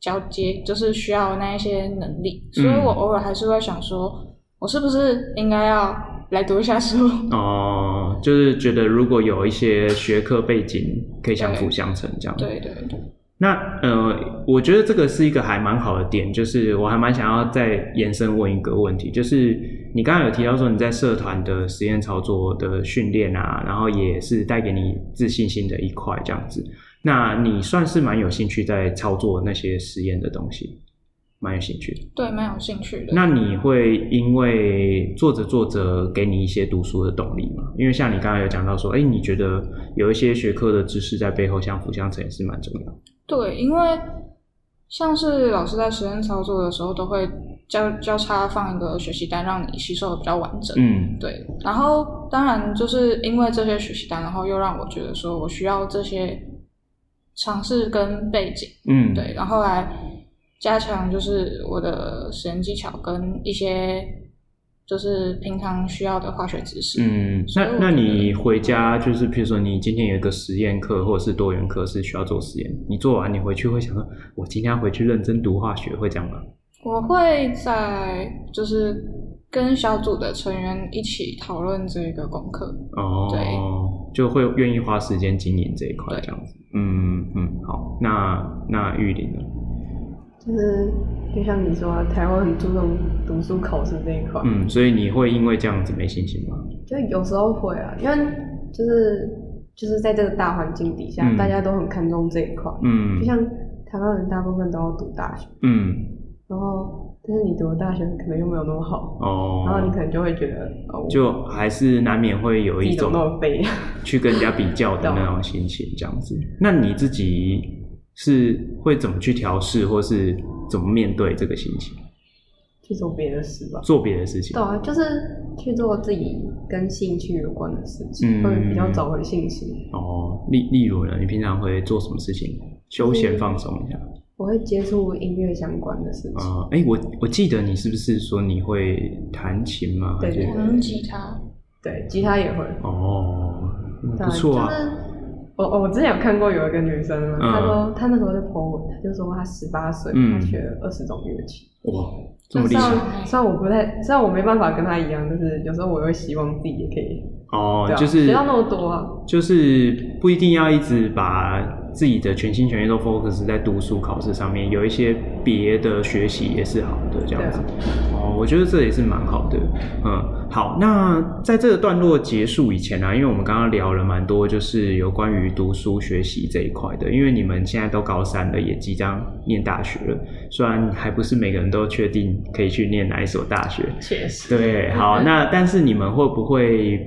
Speaker 5: 交接，就是需要那一些能力，所以
Speaker 3: 嗯
Speaker 5: 我偶尔还是会想说，我是不是应该要来读一下书？
Speaker 3: 哦、就是觉得如果有一些学科背景可以相辅相成这样。
Speaker 5: 对对对，
Speaker 3: 那呃，我觉得这个是一个还蛮好的点，就是我还蛮想要再延伸问一个问题，就是你刚刚有提到说你在社团的实验操作的训练啊，然后也是带给你自信心的一块这样子。那你算是蛮有兴趣在操作那些实验的东西，蛮有兴趣的。
Speaker 5: 对，蛮有兴趣的。
Speaker 3: 那你会因为做着做着给你一些读书的动力吗？因为像你刚刚有讲到说，哎，你觉得有一些学科的知识在背后相辅相成也是蛮重要的。
Speaker 5: 对，因为像是老师在实验操作的时候，都会交交叉放一个学习单，让你吸收的比较完整。
Speaker 3: 嗯
Speaker 5: 对，然后当然就是因为这些学习单，然后又让我觉得说我需要这些尝试跟背景，
Speaker 3: 嗯，
Speaker 5: 对，然后来加强就是我的实验技巧跟一些就是平常需要的化学知识。，
Speaker 3: 嗯，那
Speaker 5: 所以我
Speaker 3: 那
Speaker 5: 觉得
Speaker 3: 你回家就是，比如说你今天有一个实验课或者是多元课是需要做实验，你做完你回去会想说，我今天要回去认真读化学，会这样吗？
Speaker 5: 我会在就是跟小组的成员一起讨论这个功课。
Speaker 3: 哦，就会愿意花时间经营这一块
Speaker 5: 对
Speaker 3: 这样子。嗯嗯，好，那那玉林呢？
Speaker 6: 就就是就像你说，台湾很注重读书考试这一块，
Speaker 3: 嗯，所以你会因为这样子没信心吗？
Speaker 6: 就有时候会啊，因为就是就是在这个大环境底下，
Speaker 3: 嗯
Speaker 6: 大家都很看重这一块，
Speaker 3: 嗯
Speaker 6: 就像台湾人大部分都要读大学，
Speaker 3: 嗯，
Speaker 6: 然后但是你读的大学可能又没有那么好，
Speaker 3: 哦，
Speaker 6: 然后你可能就会觉得哦，我
Speaker 3: 就还是难免会有
Speaker 6: 自
Speaker 3: 一
Speaker 6: 己怎
Speaker 3: 种
Speaker 6: 么那么 废，
Speaker 3: 去跟人家比较的那种心情，这样子。那你自己是会怎么去调试，或是怎么面对这个心情？
Speaker 6: 去做别的事吧。
Speaker 3: 做别的事情
Speaker 6: 对，啊，就是去做自己跟兴趣有关的事
Speaker 3: 嗯
Speaker 6: 情，会比较找回信心。
Speaker 3: 哦，例例如呢，你平常会做什么事情休闲放松一下？
Speaker 6: 我会接触音乐相关的事情，
Speaker 3: 啊、诶哎、我我记得你是不是说你会弹琴吗？
Speaker 6: 对
Speaker 3: 还是
Speaker 6: 对
Speaker 5: 弹吉他，
Speaker 6: 对，吉他也会。
Speaker 3: 哦，嗯
Speaker 6: 对
Speaker 3: 不错啊，
Speaker 6: 就是我我我之前有看过有一个女生啊，
Speaker 3: 嗯
Speaker 6: 她说她那时候在 po 文，她就说她十八岁，
Speaker 3: 嗯
Speaker 6: 她学了二十种乐器。
Speaker 3: 哇，这么厉
Speaker 6: 虽
Speaker 3: 害
Speaker 6: 然虽然我不太，虽然我没办法跟她一样，就是有时候我会希望自己也可以，
Speaker 3: 哦
Speaker 6: 对，啊
Speaker 3: 就是
Speaker 6: 不要那么多啊。
Speaker 3: 就是不一定要一直把自己的全心全意都 focus 在读书考试上面，有一些别的学习也是好的，这样子。
Speaker 6: 啊
Speaker 3: 哦，我觉得这也是蛮好的。嗯，好，那在这个段落结束以前呢、啊，因为我们刚刚聊了蛮多，就是有关于读书学习这一块的，因为你们现在都高三了，也即将念大学了，虽然还不是每个人都确定可以去念哪一所大学，
Speaker 6: 确实，
Speaker 3: 对，好，那但是你们会不会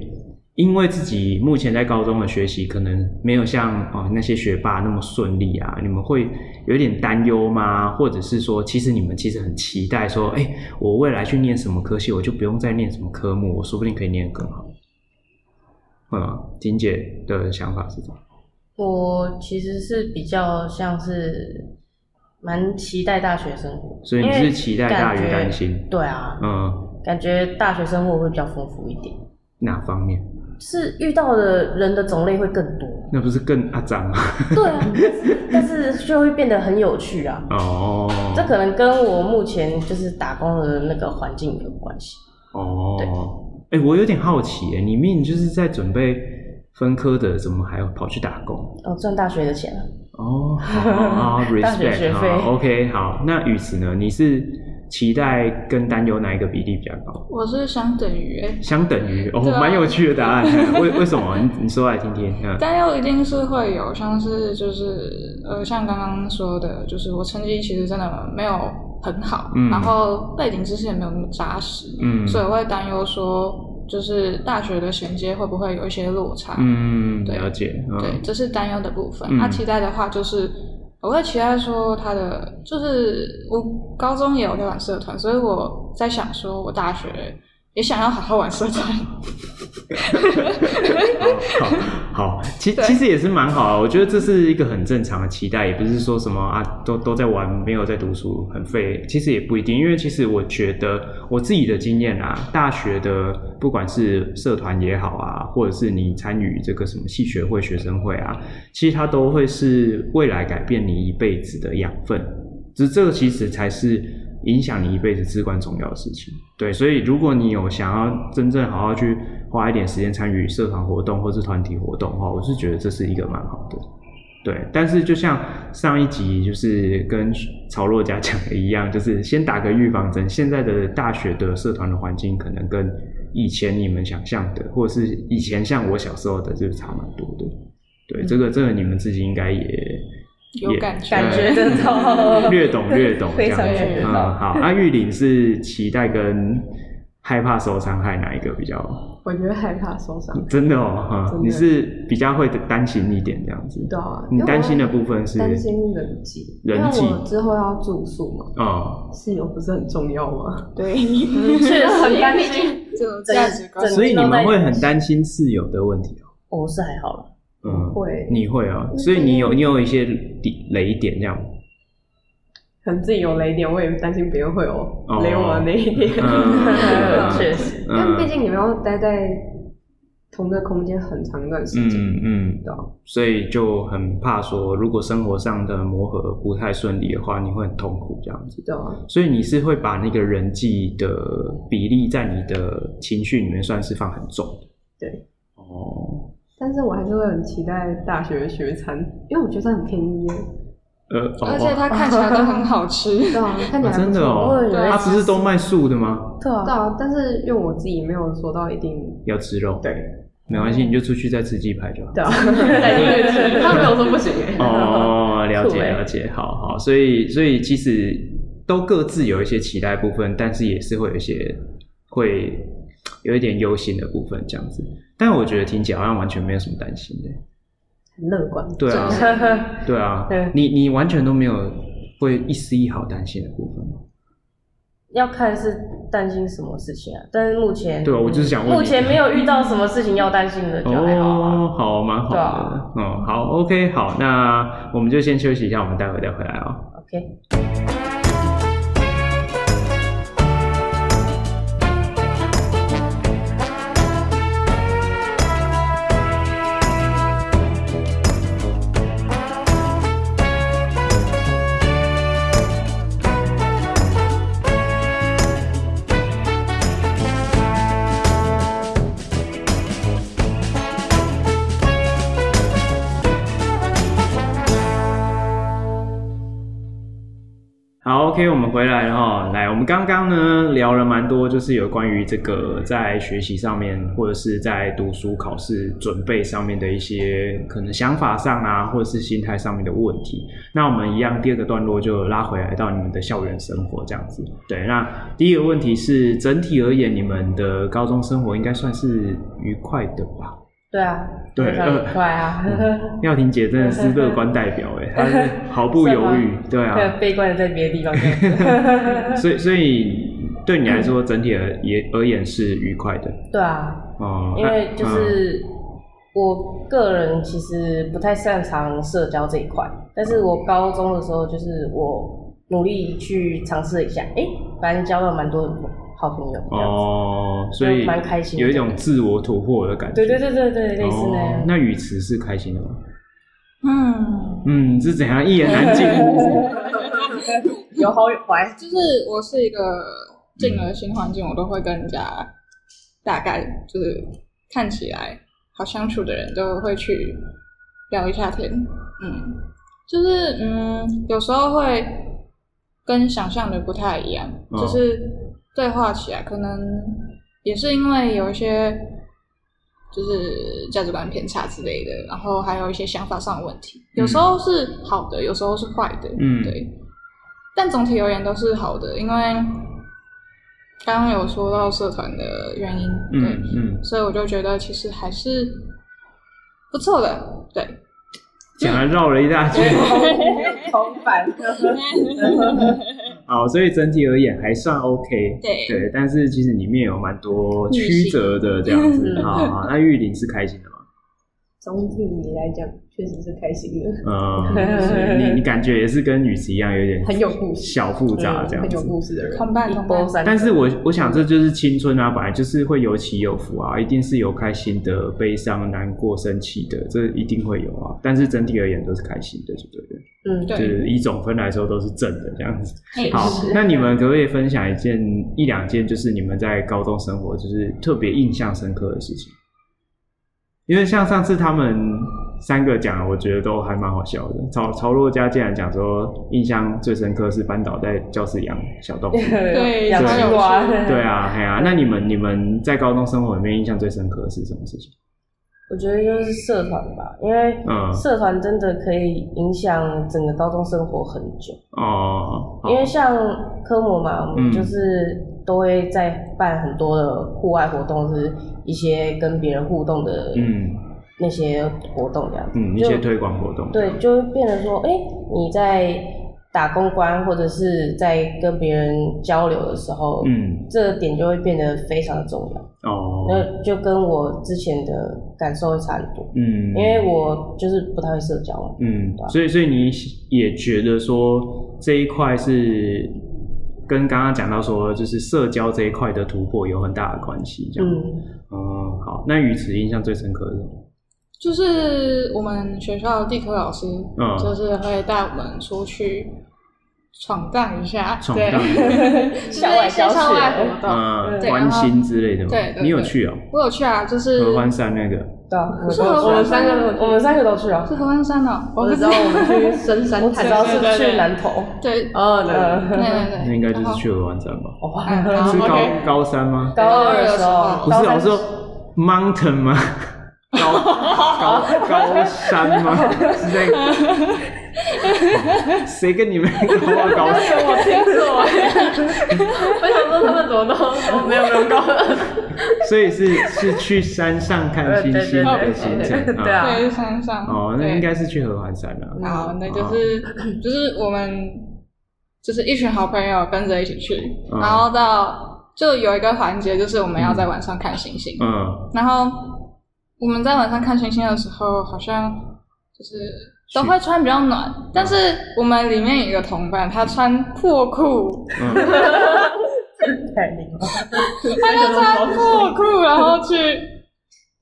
Speaker 3: 因为自己目前在高中的学习可能没有像哦那些学霸那么顺利啊，你们会有点担忧吗？或者是说，其实你们其实很期待说，哎、我未来去念什么科系，我就不用再念什么科目，我说不定可以念得更好。会吗？婷嗯姐的想法是什么？
Speaker 4: 我其实是比较像是蛮期待大学生活，
Speaker 3: 所以你
Speaker 4: 因为
Speaker 3: 是期待大于
Speaker 4: 感觉
Speaker 3: 担心
Speaker 4: 对啊，
Speaker 3: 嗯，
Speaker 4: 感觉大学生活会比较丰富一点，
Speaker 3: 哪方面？
Speaker 4: 是遇到的人的种类会更多。
Speaker 3: 那不是更阿脏吗？
Speaker 4: 对啊， 但是但是就会变得很有趣啊。
Speaker 3: 哦，
Speaker 4: 这可能跟我目前就是打工的那个环境有关系。
Speaker 3: 哦，哎、我有点好奇耶，你明明就是在准备分科的，怎么还要跑去打工？
Speaker 4: 哦，赚大学的钱啊，
Speaker 3: 哦，好好好
Speaker 4: 大学
Speaker 3: ，respect
Speaker 4: 学费
Speaker 3: 好 o k 好。那与此呢，你是期待跟担忧哪一个比例比较高？
Speaker 5: 我是相等于、欸，
Speaker 3: 相等于哦，
Speaker 5: 对啊
Speaker 3: 蛮有趣的答案。 为为什么？你你说来听听。嗯，
Speaker 5: 担忧一定是会有，像是就是呃，像刚刚说的，就是我成绩其实真的没有很好，
Speaker 3: 嗯
Speaker 5: 然后背景知识也没有那么扎实，
Speaker 3: 嗯
Speaker 5: 所以我会担忧说，就是大学的衔接会不会有一些落差？
Speaker 3: 嗯，
Speaker 5: 对
Speaker 3: 了解。
Speaker 5: 对，
Speaker 3: 嗯，
Speaker 5: 这是担忧的部分。
Speaker 3: 嗯
Speaker 5: 那、期待的话，就是我会期待说他的，就是我高中也有在玩社团，所以我在想说，我大学也想要好好玩社 团。
Speaker 3: 好好，好，其
Speaker 5: 对
Speaker 3: 其实也是蛮好啊。我觉得这是一个很正常的期待，也不是说什么啊，都都在玩，没有在读书，很废。其实也不一定，因为其实我觉得我自己的经验啊，大学的不管是社团也好啊，或者是你参与这个什么系学会、学生会啊，其实它都会是未来改变你一辈子的养分。只是这个其实才是影响你一辈子至关重要的事情。对，所以如果你有想要真正好好去花一点时间参与社团活动或是团体活动的话，我是觉得这是一个蛮好的。对，但是就像上一集就是跟曹洛家讲的一样，就是先打个预防针。现在的大学的社团的环境可能跟以前你们想象的，或者是以前像我小时候的，就是差蛮多的。对，这个这个你们自己应该也
Speaker 5: 有
Speaker 3: 也嗯
Speaker 5: 感觉
Speaker 4: 感觉
Speaker 3: 对
Speaker 4: 得 到
Speaker 3: 略懂略懂，
Speaker 4: 非常
Speaker 3: 这样子
Speaker 4: 感觉
Speaker 3: 嗯，
Speaker 4: 到
Speaker 3: 好，那玉林是期待跟害怕受伤害哪一个比较？
Speaker 6: 我觉得害怕受伤，
Speaker 3: 真的哦，嗯，
Speaker 6: 真的
Speaker 3: 你是比较会担心一点这样子。
Speaker 6: 对啊。
Speaker 3: 你担心的部分是
Speaker 6: 因为我担心人际，
Speaker 3: 人际
Speaker 6: 因为我之后要住宿嘛，
Speaker 3: 哦，
Speaker 6: 室友不是很重要吗？
Speaker 5: 对，嗯
Speaker 4: 确实很担
Speaker 5: 毕
Speaker 4: 心。
Speaker 5: 这种价值观
Speaker 4: 整
Speaker 3: 所以你们会很担心室友的问题哦。
Speaker 4: 我、是还好了，
Speaker 3: 嗯，
Speaker 6: 会嗯
Speaker 3: 你会哦，所以你有你有一些底雷点这样。
Speaker 6: 可能自己有雷点，我也担心别人会有
Speaker 3: 哦
Speaker 6: 雷我的那一点。
Speaker 3: 嗯
Speaker 4: 确实。
Speaker 6: 但毕
Speaker 3: 嗯
Speaker 6: 竟你们要待在同个空间很长一段时间，
Speaker 3: 嗯嗯，
Speaker 6: 对啊
Speaker 3: 所以就很怕说，如果生活上的磨合不太顺利的话，你会很痛苦这样子。
Speaker 6: 对啊，
Speaker 3: 所以你是会把那个人际的比例在你的情绪里面算是放很重的。
Speaker 6: 对。
Speaker 3: 哦，
Speaker 6: 但是我还是会很期待大学的学餐，因为我觉得很便宜耶，
Speaker 3: 呃，哦
Speaker 5: 而且它看起来都很好吃。
Speaker 6: 对啊，看起来
Speaker 3: 哦
Speaker 6: 还
Speaker 3: 真
Speaker 6: 不
Speaker 3: 的
Speaker 6: 错
Speaker 3: 哦
Speaker 6: 我有，
Speaker 5: 对
Speaker 3: 它不是都卖素的吗？
Speaker 6: 对啊，但是因为我自己没有说到一定，
Speaker 3: 要吃肉，对，没关系，你就出去再吃鸡排就好。
Speaker 6: 对啊，他没有说不行欸
Speaker 3: 哦，了
Speaker 6: 酷
Speaker 3: 解
Speaker 6: 欸
Speaker 3: 了解，好好，所以所以其实都各自有一些期待部分，但是也是会有一些会有一点忧心的部分这样子。但我觉得婷姐好像完全没有什么担心的，
Speaker 6: 很乐观，
Speaker 3: 对啊，
Speaker 4: 呵呵。
Speaker 3: 对啊
Speaker 4: 对，
Speaker 3: 你你完全都没有会一丝一毫担心的部分吗？
Speaker 4: 要看是担心什么事情啊，但是目前
Speaker 3: 对啊，我就是想问你，
Speaker 4: 目前没有遇到什么事情要担心的，就还好啊。
Speaker 3: 哦，好，蛮好
Speaker 4: 对
Speaker 3: 的，
Speaker 4: 啊
Speaker 3: 嗯，好，OK，好，那我们就先休息一下，我们待会再回来哦。
Speaker 4: OK，
Speaker 3: 好，OK，我们回来了哈。来，我们刚刚呢聊了蛮多，就是有关于这个在学习上面，或者是在读书考试准备上面的一些可能想法上啊，或者是心态上面的问题。那我们一样，第二个段落就拉回来到你们的校园生活这样子。对，那第一个问题是，整体而言，你们的高中生活应该算是愉快的吧？
Speaker 4: 对啊，
Speaker 3: 对嗯
Speaker 4: 非常愉快啊，呵呵
Speaker 3: 妙婷姐真的是乐观代表哎，她是毫不犹豫，对啊，
Speaker 4: 还有 悲观的在别的 地方这样子。
Speaker 3: 所以，所以对你来说，整体而言而言是愉快的
Speaker 4: 对啊，
Speaker 3: 哦。
Speaker 4: 因为就
Speaker 3: 那
Speaker 4: 是我个人其实不太擅长社交这一块，但是我高中的时候就是我努力去尝试了一下，诶，反正交到蛮多好朋友这
Speaker 3: 嗯
Speaker 4: 样子。
Speaker 3: 哦，所以
Speaker 4: 就蛮开心的
Speaker 3: 有一种自我突破的感觉。
Speaker 4: 对对对对对，类似那
Speaker 3: 哦
Speaker 4: 样。
Speaker 3: 那语词是开心的吗？
Speaker 5: 嗯，
Speaker 3: 嗯，是怎样一言难 尽？
Speaker 4: 有好有坏，
Speaker 5: 就是我是一个进了新环境，我都会跟人家大概就是看起来好相处的人都会去聊一下天。嗯，就是嗯，有时候会跟想象的不太一样，
Speaker 3: 哦
Speaker 5: 就是对话起来可能也是因为有一些就是价值观偏差之类的，然后还有一些想法上的问题，有时候是好的，有时候是坏的，
Speaker 3: 嗯
Speaker 5: 对。但总体而言都是好的，因为刚刚有说到社团的原因，对，
Speaker 3: 嗯嗯，
Speaker 5: 所以我就觉得其实还是不错的，对。
Speaker 3: 讲了绕了一大圈。
Speaker 4: 同反。
Speaker 3: 好，所以整体而言还算 OK。
Speaker 5: 对
Speaker 3: 对，但是其实里面有蛮多曲折的这样 子
Speaker 4: 嗯
Speaker 3: 好好，那玉林是开心的吗？
Speaker 6: 总体来讲确实是开心的，
Speaker 3: 嗯，所 以你你感觉也是跟雨琦一样，有点
Speaker 6: 很有故事
Speaker 3: 小复杂
Speaker 4: 嗯
Speaker 3: 这样
Speaker 6: 很
Speaker 3: 子
Speaker 6: 有。故事的人。
Speaker 5: 同伴同伴
Speaker 4: 波，三，
Speaker 3: 但是我我想这就是青春啊，本来就是会有起有伏啊，一定是有开心的、悲伤、难过、生气的，这一定会有啊。但是整体而言都是开心的，就对了。
Speaker 4: 嗯，
Speaker 5: 对
Speaker 3: 就是以总分来说都是正的这样子。
Speaker 5: 哎
Speaker 3: 好
Speaker 5: 是，
Speaker 3: 那你们可不可以分享一件一两件，就是你们在高中生活就是特别印象深刻的事情？因为像上次他们三个讲，我觉得都还蛮好笑的。曹曹若家竟然讲说，印象最深刻是班导在教室养小 动物。
Speaker 5: 对
Speaker 4: 养
Speaker 5: 对
Speaker 4: 西瓜，
Speaker 3: 对
Speaker 4: 嗯
Speaker 3: 啊，嘿啊，那你们你们在高中生活里面印象最深刻的是什么事情？
Speaker 4: 我觉得就是社团吧，因为
Speaker 3: 嗯
Speaker 4: 社团真的可以影响整个高中生活很久。
Speaker 3: 哦，好
Speaker 4: 因为像科目嘛，我
Speaker 3: 嗯
Speaker 4: 们就是都会在办很多的户外活动，是一些跟别人互动的
Speaker 3: 嗯
Speaker 4: 那些活动这样子。
Speaker 3: 嗯一
Speaker 4: 就
Speaker 3: 些推广活动，
Speaker 4: 对，就会变得说，哎、你在打公关或者是在跟别人交流的时候，，
Speaker 3: 嗯
Speaker 4: 这点就会变得非常重要。
Speaker 3: 哦，
Speaker 4: 那就跟我之前的感受会差很多，
Speaker 3: 嗯，
Speaker 4: 因为我就是不太会社交嘛。
Speaker 3: 嗯
Speaker 4: 对，啊
Speaker 3: 所以所以你也觉得说这一块是跟刚刚讲到说，就是社交这一块的突破有很大的关系，这样。
Speaker 4: 嗯，
Speaker 3: 嗯，好，那语词印象最深刻的是什么，
Speaker 5: 就是我们学校的地科老师，
Speaker 3: 嗯
Speaker 5: 就是会带我们出去闯荡一下，
Speaker 3: 闯
Speaker 5: 对，
Speaker 3: 荡
Speaker 5: 就是
Speaker 4: 校外
Speaker 5: 一些
Speaker 4: 教学
Speaker 5: 校外活动。
Speaker 4: 啊
Speaker 3: 呃，
Speaker 5: 对
Speaker 3: 关心之类的吗？
Speaker 5: 对对对
Speaker 3: 你有去哦？
Speaker 5: 我有去啊，就是
Speaker 3: 合欢山那个，
Speaker 6: 对啊，我
Speaker 5: 是
Speaker 6: 们
Speaker 5: 合
Speaker 6: 我
Speaker 5: 欢
Speaker 6: 们
Speaker 5: 山
Speaker 6: 三个都，我们三个都去啊
Speaker 5: 是。合欢 山哦，
Speaker 6: 我
Speaker 5: 不
Speaker 6: 只知道我们去深山，
Speaker 4: 我只知道是去南投，
Speaker 5: 对，
Speaker 6: 哦，
Speaker 5: 对对
Speaker 6: 对，
Speaker 5: 对，
Speaker 3: 那应该就
Speaker 5: 然
Speaker 3: 是
Speaker 5: 后
Speaker 3: 去合欢山吧？
Speaker 6: 哇，
Speaker 5: 嗯好
Speaker 3: 是高
Speaker 5: OK
Speaker 3: 高山吗？
Speaker 4: 高二的时候，
Speaker 3: 不是
Speaker 4: 高
Speaker 3: 啊，
Speaker 4: 三
Speaker 3: 我说 mountain 吗？高高高山吗？是在谁跟你们高高山？
Speaker 6: 我听错，我想说他们怎么 都没有没有高，
Speaker 3: 所以是是去山上看星星
Speaker 4: 呃
Speaker 3: 的
Speaker 4: 对对
Speaker 3: 行
Speaker 4: 对
Speaker 3: 程
Speaker 4: 对啊
Speaker 5: 对啊山上
Speaker 3: 哦，那
Speaker 5: 对
Speaker 3: 应该是哦去合欢山啊了。
Speaker 5: 好，那就是、就是我们就是一群好朋友跟着一起去，
Speaker 3: 嗯
Speaker 5: 然后到就有一个环节就是我们要在晚上看星星，
Speaker 3: 嗯，
Speaker 5: 然后我们在晚上看星星的时候，好像就是都会穿比较暖，
Speaker 3: 嗯
Speaker 5: 但是我们里面有一个同伴，他穿 破裤，
Speaker 3: 嗯，
Speaker 4: 太灵了，
Speaker 5: 他就穿破裤，然后去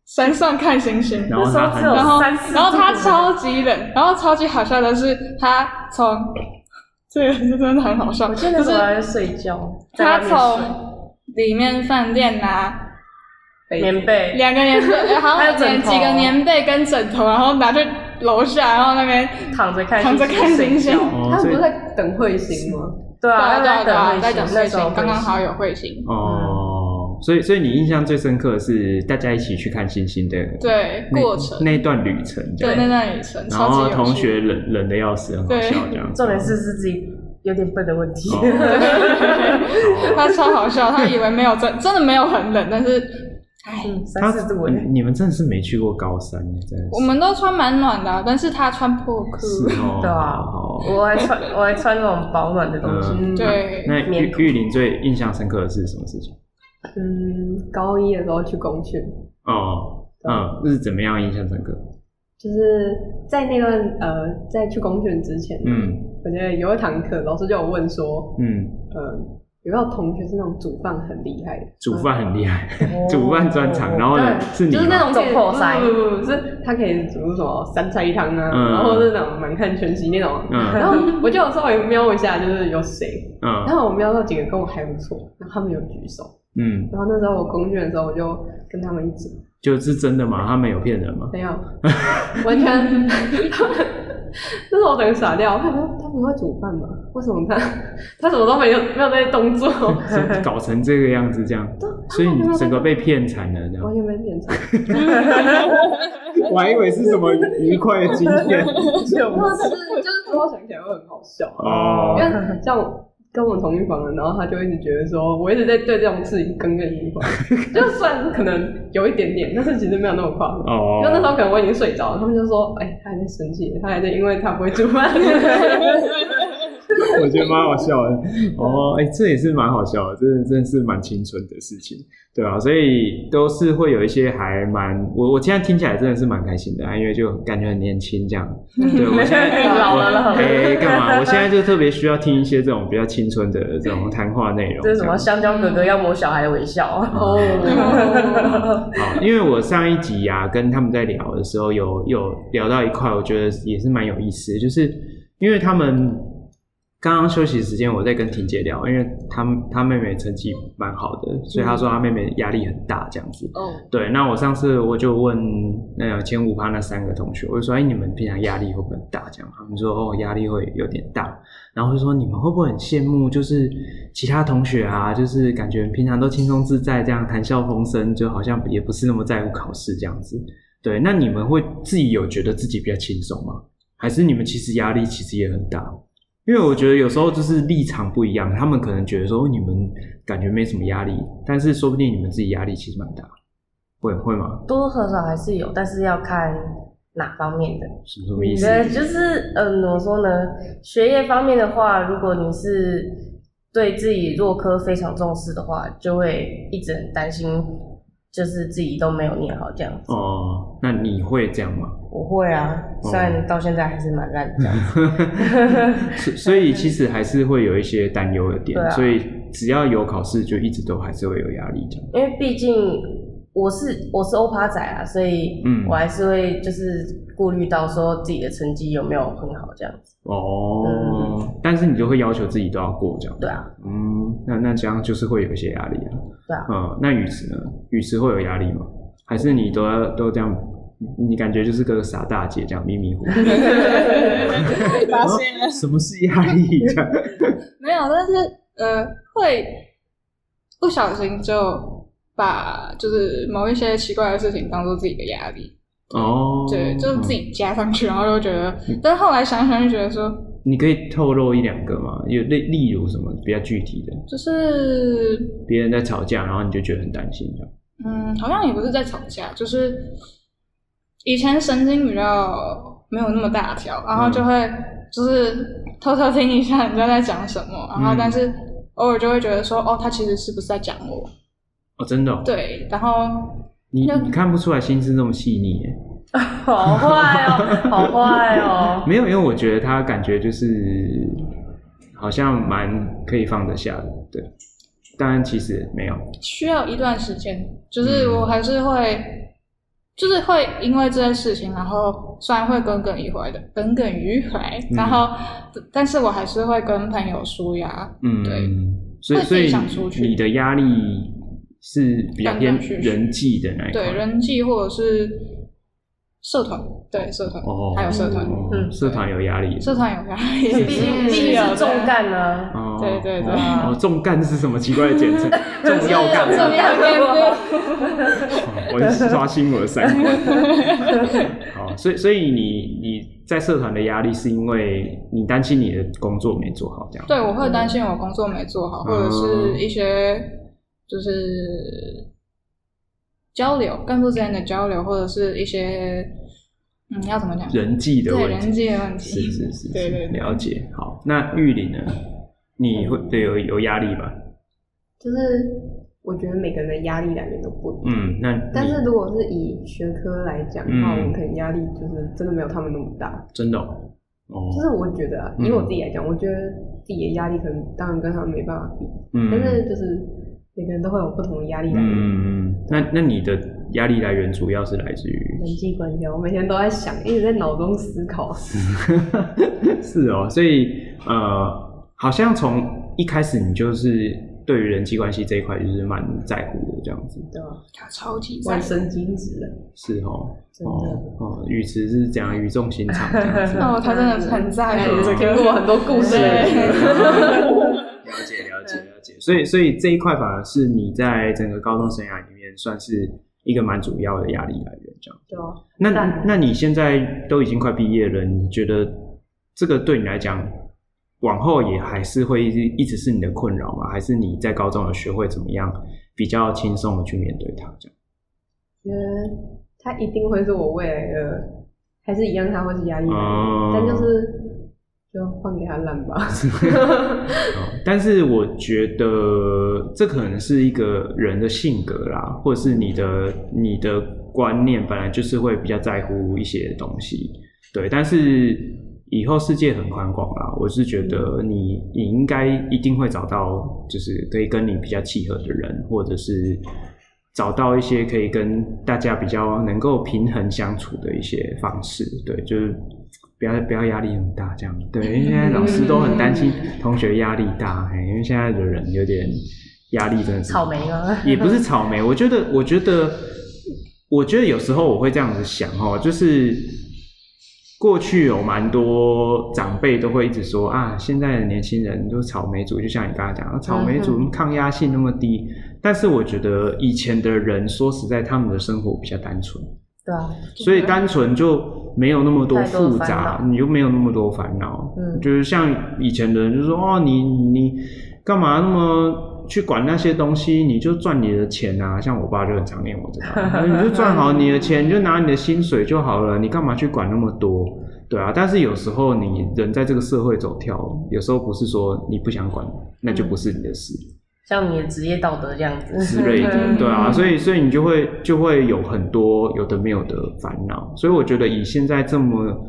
Speaker 5: 山上看星星，
Speaker 3: 然后他
Speaker 4: 那时候只
Speaker 5: 然
Speaker 3: 很
Speaker 5: 后
Speaker 4: 三四
Speaker 5: 然后他
Speaker 4: 度
Speaker 5: 超级冷，然后超级好笑的是，他从这个 是真的很好笑，
Speaker 4: 我记得
Speaker 5: 就
Speaker 4: 那时候
Speaker 5: 是
Speaker 4: 还在睡觉，在外
Speaker 5: 他
Speaker 4: 面睡
Speaker 5: 从里面饭店拿
Speaker 4: 棉被，
Speaker 5: 两 个棉被，好
Speaker 4: 还有
Speaker 5: 像
Speaker 4: 枕
Speaker 5: 捡
Speaker 4: 头
Speaker 5: 几个棉被跟枕头，然后拿去楼下，然后那边
Speaker 4: 躺着看
Speaker 5: 躺着看星
Speaker 4: 星
Speaker 5: 星，
Speaker 4: 睡觉，
Speaker 3: 哦，
Speaker 6: 他们
Speaker 3: 所
Speaker 6: 不
Speaker 3: 以
Speaker 6: 是在等彗星吗？
Speaker 4: 对啊，
Speaker 5: 对啊对啊，
Speaker 4: 在
Speaker 5: 在
Speaker 4: 等
Speaker 5: 等
Speaker 4: 那
Speaker 5: 彗
Speaker 4: 时
Speaker 5: 星
Speaker 4: 候，
Speaker 5: 刚刚好有彗星，
Speaker 3: 哦，所以所以你印象最深刻的是大家一起去看星星的
Speaker 5: 对
Speaker 3: 那
Speaker 5: 过程，
Speaker 3: 那段旅程，这
Speaker 5: 对
Speaker 3: 样
Speaker 5: 那段旅程
Speaker 3: 然
Speaker 5: 超级
Speaker 3: 后
Speaker 5: 有趣
Speaker 3: 同学 冷冷的要死，很好
Speaker 5: 对
Speaker 3: 笑这样。
Speaker 4: 重点是是自己有点笨的问题，
Speaker 3: 哦，
Speaker 5: 他超好笑，他以为没有真真的没有很冷，但是哎。
Speaker 4: 嗯，三
Speaker 3: 他
Speaker 4: 四度
Speaker 3: 你你们真的是没去过高山，欸真的是。
Speaker 5: 我们都穿蛮暖的啊、但是他穿破裤，
Speaker 3: 是 哦，
Speaker 4: 对啊
Speaker 3: 好
Speaker 4: 我还穿我还穿那种保暖的东西，
Speaker 3: 嗯
Speaker 5: 对，
Speaker 3: 那
Speaker 4: 棉
Speaker 3: 玉
Speaker 4: 裤
Speaker 3: 玉林最印象深刻的是什么事情？
Speaker 6: 嗯，高一的时候去公训，
Speaker 3: 哦，
Speaker 6: 啊
Speaker 3: 嗯，是怎么样印象深刻？
Speaker 6: 就是在那段呃，在去公训之前，，
Speaker 3: 嗯
Speaker 6: 我觉得有一堂课，老师就有问说，
Speaker 3: 嗯，
Speaker 6: 呃，有没有同学是那种煮饭很厉害的？
Speaker 3: 煮饭很厉害，
Speaker 4: 哦
Speaker 3: 煮饭专场。然后呢，是你
Speaker 6: 就是那
Speaker 3: 吗
Speaker 6: 种
Speaker 4: 种破塞
Speaker 6: 不不不，是他可以煮什么三菜一汤啊，
Speaker 3: 嗯
Speaker 6: 然后是那种满汉全席那种。然
Speaker 3: 嗯
Speaker 6: 后我就有稍微瞄一下，就是有谁，
Speaker 3: 嗯
Speaker 6: 然后我瞄到几个跟我还不错，然后他们有举手，
Speaker 3: 嗯，
Speaker 6: 然后那时候我公卷的时候，我就跟他们一起，
Speaker 3: 就是真的吗？他们有骗人吗？
Speaker 6: 没有，完全，那时候我整个傻掉，我想说他们会煮饭吗？为什么他他什么都没有没有那些动作，
Speaker 3: 怎 么搞成这个样子，这样，
Speaker 6: 啊
Speaker 3: 所以你整个被骗惨了，这样
Speaker 6: 完。全没变成。
Speaker 3: 我还以为是什么愉快的经验
Speaker 6: 或者是就是之后想起来会很好笑啊。
Speaker 3: 哦
Speaker 6: 因为像我跟我同一房的，然后他就一直觉得说，我一直在对这种事情耿耿于怀，就算可能有一点点，但是其实没有那么夸张。
Speaker 3: 哦
Speaker 6: 因为那时候可能我已经睡着了，他们就说：“哎、他还在生气，他还在因为他不会煮饭。
Speaker 3: 我觉得蛮好笑的。哦，哎、这也是蛮好笑的，真的真的是蛮青春的事情，对啊，所以都是会有一些还蛮，我我现在听起来真的是蛮开心的，啊因为就感觉很年轻这样。对，我现在
Speaker 4: 老了老了
Speaker 3: 哎，干、嘛？我现在就特别需要听一些这种比较青春的这种谈话内容。
Speaker 4: 这是什
Speaker 3: 样
Speaker 4: 么？香蕉哥哥要摸小孩的微笑，”啊
Speaker 6: 哦，
Speaker 3: 好， 因为我上一集呀、跟他们在聊的时候有，有聊到一块，我觉得也是蛮有意思的，就是因为他们刚刚休息时间，我在跟婷姐聊，因为她她妹妹成绩蛮好的，所以她说她妹妹压力很大这样子。
Speaker 5: 哦，
Speaker 3: 对，那我上次我就问呃前五趴那三个同学，我就说，哎，你们平常压力会不会很大？这样，他们说哦，压力会有点大。然后就说你们会不会很羡慕，就是其他同学啊，就是感觉平常都轻松自在，这样谈笑风生，就好像也不是那么在乎考试这样子。对，那你们会自己有觉得自己比较轻松吗？还是你们其实压力其实也很大？因为我觉得有时候就是立场不一样，他们可能觉得说哦你们感觉没什么压力，但是说不定你们自己压力其实蛮大，会会吗？
Speaker 4: 多多少少还是有，但是要看哪方面的。
Speaker 3: 是什么意思？
Speaker 4: 对，就是嗯，怎么说呢？学业方面的话，如果你是对自己弱科非常重视的话，就会一直很担心，就是自己都没有念好这样子。
Speaker 3: 哦，那你会这样 吗？
Speaker 4: 我会啊，虽然到现在还是蛮烂 的这样子。
Speaker 3: 所所以其实还是会有一些担忧的点，
Speaker 4: 对啊
Speaker 3: 所以只要有考试，就一直都还是会有压力这样。
Speaker 4: 因为毕竟我是我是欧趴仔啊，所以
Speaker 3: 嗯
Speaker 4: 我还是会就是顾虑到说自己的成绩有没有很好这样子。
Speaker 3: 哦，但是你就会要求自己都要过这样。
Speaker 4: 嗯对啊，
Speaker 3: 嗯，那那这样就是会有一些压力啊。
Speaker 4: 对啊，
Speaker 3: 嗯，那语词呢？语词会有压力吗？还是你都要都这样？你你感觉就是个傻大姐这样迷迷糊糊，
Speaker 5: 被发现 了。
Speaker 3: 什么是压力？这样
Speaker 5: 没有，但是呃，会不小心就把就是某一些奇怪的事情当做自己的压力，
Speaker 3: 哦，
Speaker 5: 对，就是自己加上去，然后就觉得，但是后来想想就觉得说，
Speaker 3: 你可以透露一两个吗？有例例如什么比较具体的？
Speaker 5: 就是
Speaker 3: 别人在吵架，然后你就觉得很担心这样。
Speaker 5: 嗯，好像也不是在吵架，就是以前神经比较没有那么大条，然后就会就是偷偷听一下人家在讲什么，然后
Speaker 3: 嗯
Speaker 5: 但是偶尔就会觉得说，哦，他其实是不是在讲我？
Speaker 3: 哦，真的、哦，
Speaker 5: 对，然后
Speaker 3: 你
Speaker 5: 那
Speaker 3: 你看不出来心思那么细腻耶。
Speaker 4: 好坏哦，好坏 哦。
Speaker 3: 没有，因为我觉得他感觉就是好像蛮可以放得下的，对。当然，其实没有，
Speaker 5: 需要一段时间，就是我还是会，就是会因为这件事情，然后虽然会耿耿于怀的，耿耿于怀，
Speaker 3: 嗯
Speaker 5: 然后，但是我还是会跟朋友说呀，
Speaker 3: 嗯，
Speaker 5: 对，
Speaker 3: 所以
Speaker 5: 会自
Speaker 3: 所
Speaker 5: 己
Speaker 3: 以
Speaker 5: 想出去
Speaker 3: 你的压力是比较
Speaker 5: 断
Speaker 3: 偏
Speaker 5: 断续续
Speaker 3: 人际的那一块，
Speaker 5: 对，人际或者是社团，对，社团，
Speaker 3: 哦，
Speaker 5: 还有社团，
Speaker 3: 哦
Speaker 4: 嗯
Speaker 3: 社团有压力，
Speaker 5: 社团有压力，
Speaker 4: 毕竟毕竟是重干啊，
Speaker 3: 哦，
Speaker 5: 对对对
Speaker 3: 哦，重干是什么奇怪的简 称？
Speaker 4: 啊
Speaker 3: 重要干啊
Speaker 5: 重
Speaker 3: 嘛，
Speaker 5: 要干部。
Speaker 3: 我是刷新我的三 观。好，所以所以你你在社团的压力是因为你担心你的工作没做好，这样
Speaker 5: 对，我会担心我工作没做好，或者
Speaker 3: 嗯
Speaker 5: 是一些就是交流，干部之间的交流，或者是一些嗯，要怎么讲？
Speaker 3: 人际的
Speaker 5: 对
Speaker 3: 问
Speaker 5: 人
Speaker 3: 题，
Speaker 5: 际的问
Speaker 3: 是
Speaker 5: 题。
Speaker 3: 是是，
Speaker 5: 对对对
Speaker 3: 了解。好，那玉林呢？你会对有有压力吧？
Speaker 6: 就是我觉得每个人的压力来源都不一样。
Speaker 3: 嗯，那你
Speaker 6: 但是如果是以学科来讲的话，
Speaker 3: 嗯
Speaker 6: 我们可能压力就是真的没有他们那么大。
Speaker 3: 真的哦，哦
Speaker 6: 就是我觉得、啊，
Speaker 3: 嗯
Speaker 6: 以我自己来讲，我觉得自己的压力可能当然跟他们没办法比，
Speaker 3: 嗯
Speaker 6: 但是就是每个人都会有不同的压力
Speaker 3: 嗯
Speaker 6: 来源。
Speaker 3: 嗯嗯，那那你的压力来源主要是来自于
Speaker 6: 人际关系啊，我每天都在想，一直在脑中思考。
Speaker 3: 啊 是哦，所以呃，好像从一开始你就是对于人际关系这一块就是蛮在乎的这样子，
Speaker 6: 对啊，
Speaker 5: 超级在
Speaker 6: 我
Speaker 5: 乎
Speaker 6: 神经质了，
Speaker 3: 是哦，
Speaker 6: 真的
Speaker 3: 哦哦，语词是这样语重心长这 样子，
Speaker 5: 哦，他真的是很在乎这
Speaker 6: 听
Speaker 5: 个。
Speaker 6: 过很多故事。
Speaker 3: 了解了解了解，所以所以这一块反而是你在整个高中生涯里面算是一个蛮主要的压力来源这样。
Speaker 6: 对啊，
Speaker 3: 那
Speaker 6: 但
Speaker 3: 那你现在都已经快毕业了，你觉得这个对你来讲，往后也还是会一直一直是你的困扰吗？还是你在高中有学会怎么样比较轻松的去面对它？这样
Speaker 6: 觉得它一定会是我未来的，还是一样，它会是压力来源，
Speaker 3: 哦
Speaker 6: 嗯但就是就换给他烂吧。
Speaker 3: 嗯但是我觉得这可能是一个人的性格啦，或者是你的你的观念本来就是会比较在乎一些东西，对。但是以后世界很宽广啦，我是觉得你你应该一定会找到，就是可以跟你比较契合的人，或者是找到一些可以跟大家比较能够平衡相处的一些方式，对，就是。不要不要压力很大，这样对，因为现在老师都很担心同学压力大，哎，因为现在的人有点压力真的是
Speaker 4: 草莓啊吗？
Speaker 3: 也不是草莓，我觉得，我觉得，我觉得有时候我会这样子想哦，就是过去有蛮多长辈都会一直说啊，现在的年轻人都是草莓族，就像你刚刚讲，啊草莓族抗压性那么低。但是我觉得以前的人，说实在，他们的生活比较单纯，
Speaker 4: 对啊，
Speaker 3: 所以单纯就没有那么多
Speaker 4: 太多
Speaker 3: 复
Speaker 4: 烦
Speaker 3: 杂
Speaker 4: 恼，
Speaker 3: 你就没有那么多烦恼。
Speaker 4: 嗯
Speaker 3: 就是像以前的人就说哦，你你干嘛那么去管那些东西？你就赚你的钱啊！像我爸就很常念我这个，啊哎你就赚好你的钱，你就拿你的薪水就好了，你干嘛去管那么多？对啊，但是有时候你人在这个社会走跳，有时候不是说你不想管，那就不是你的事。
Speaker 4: 像你的职业道德这样子
Speaker 3: 之类的，
Speaker 5: 嗯
Speaker 3: 对啊，所以所以你就会就会有很多有的没有的烦恼，所以我觉得以现在这么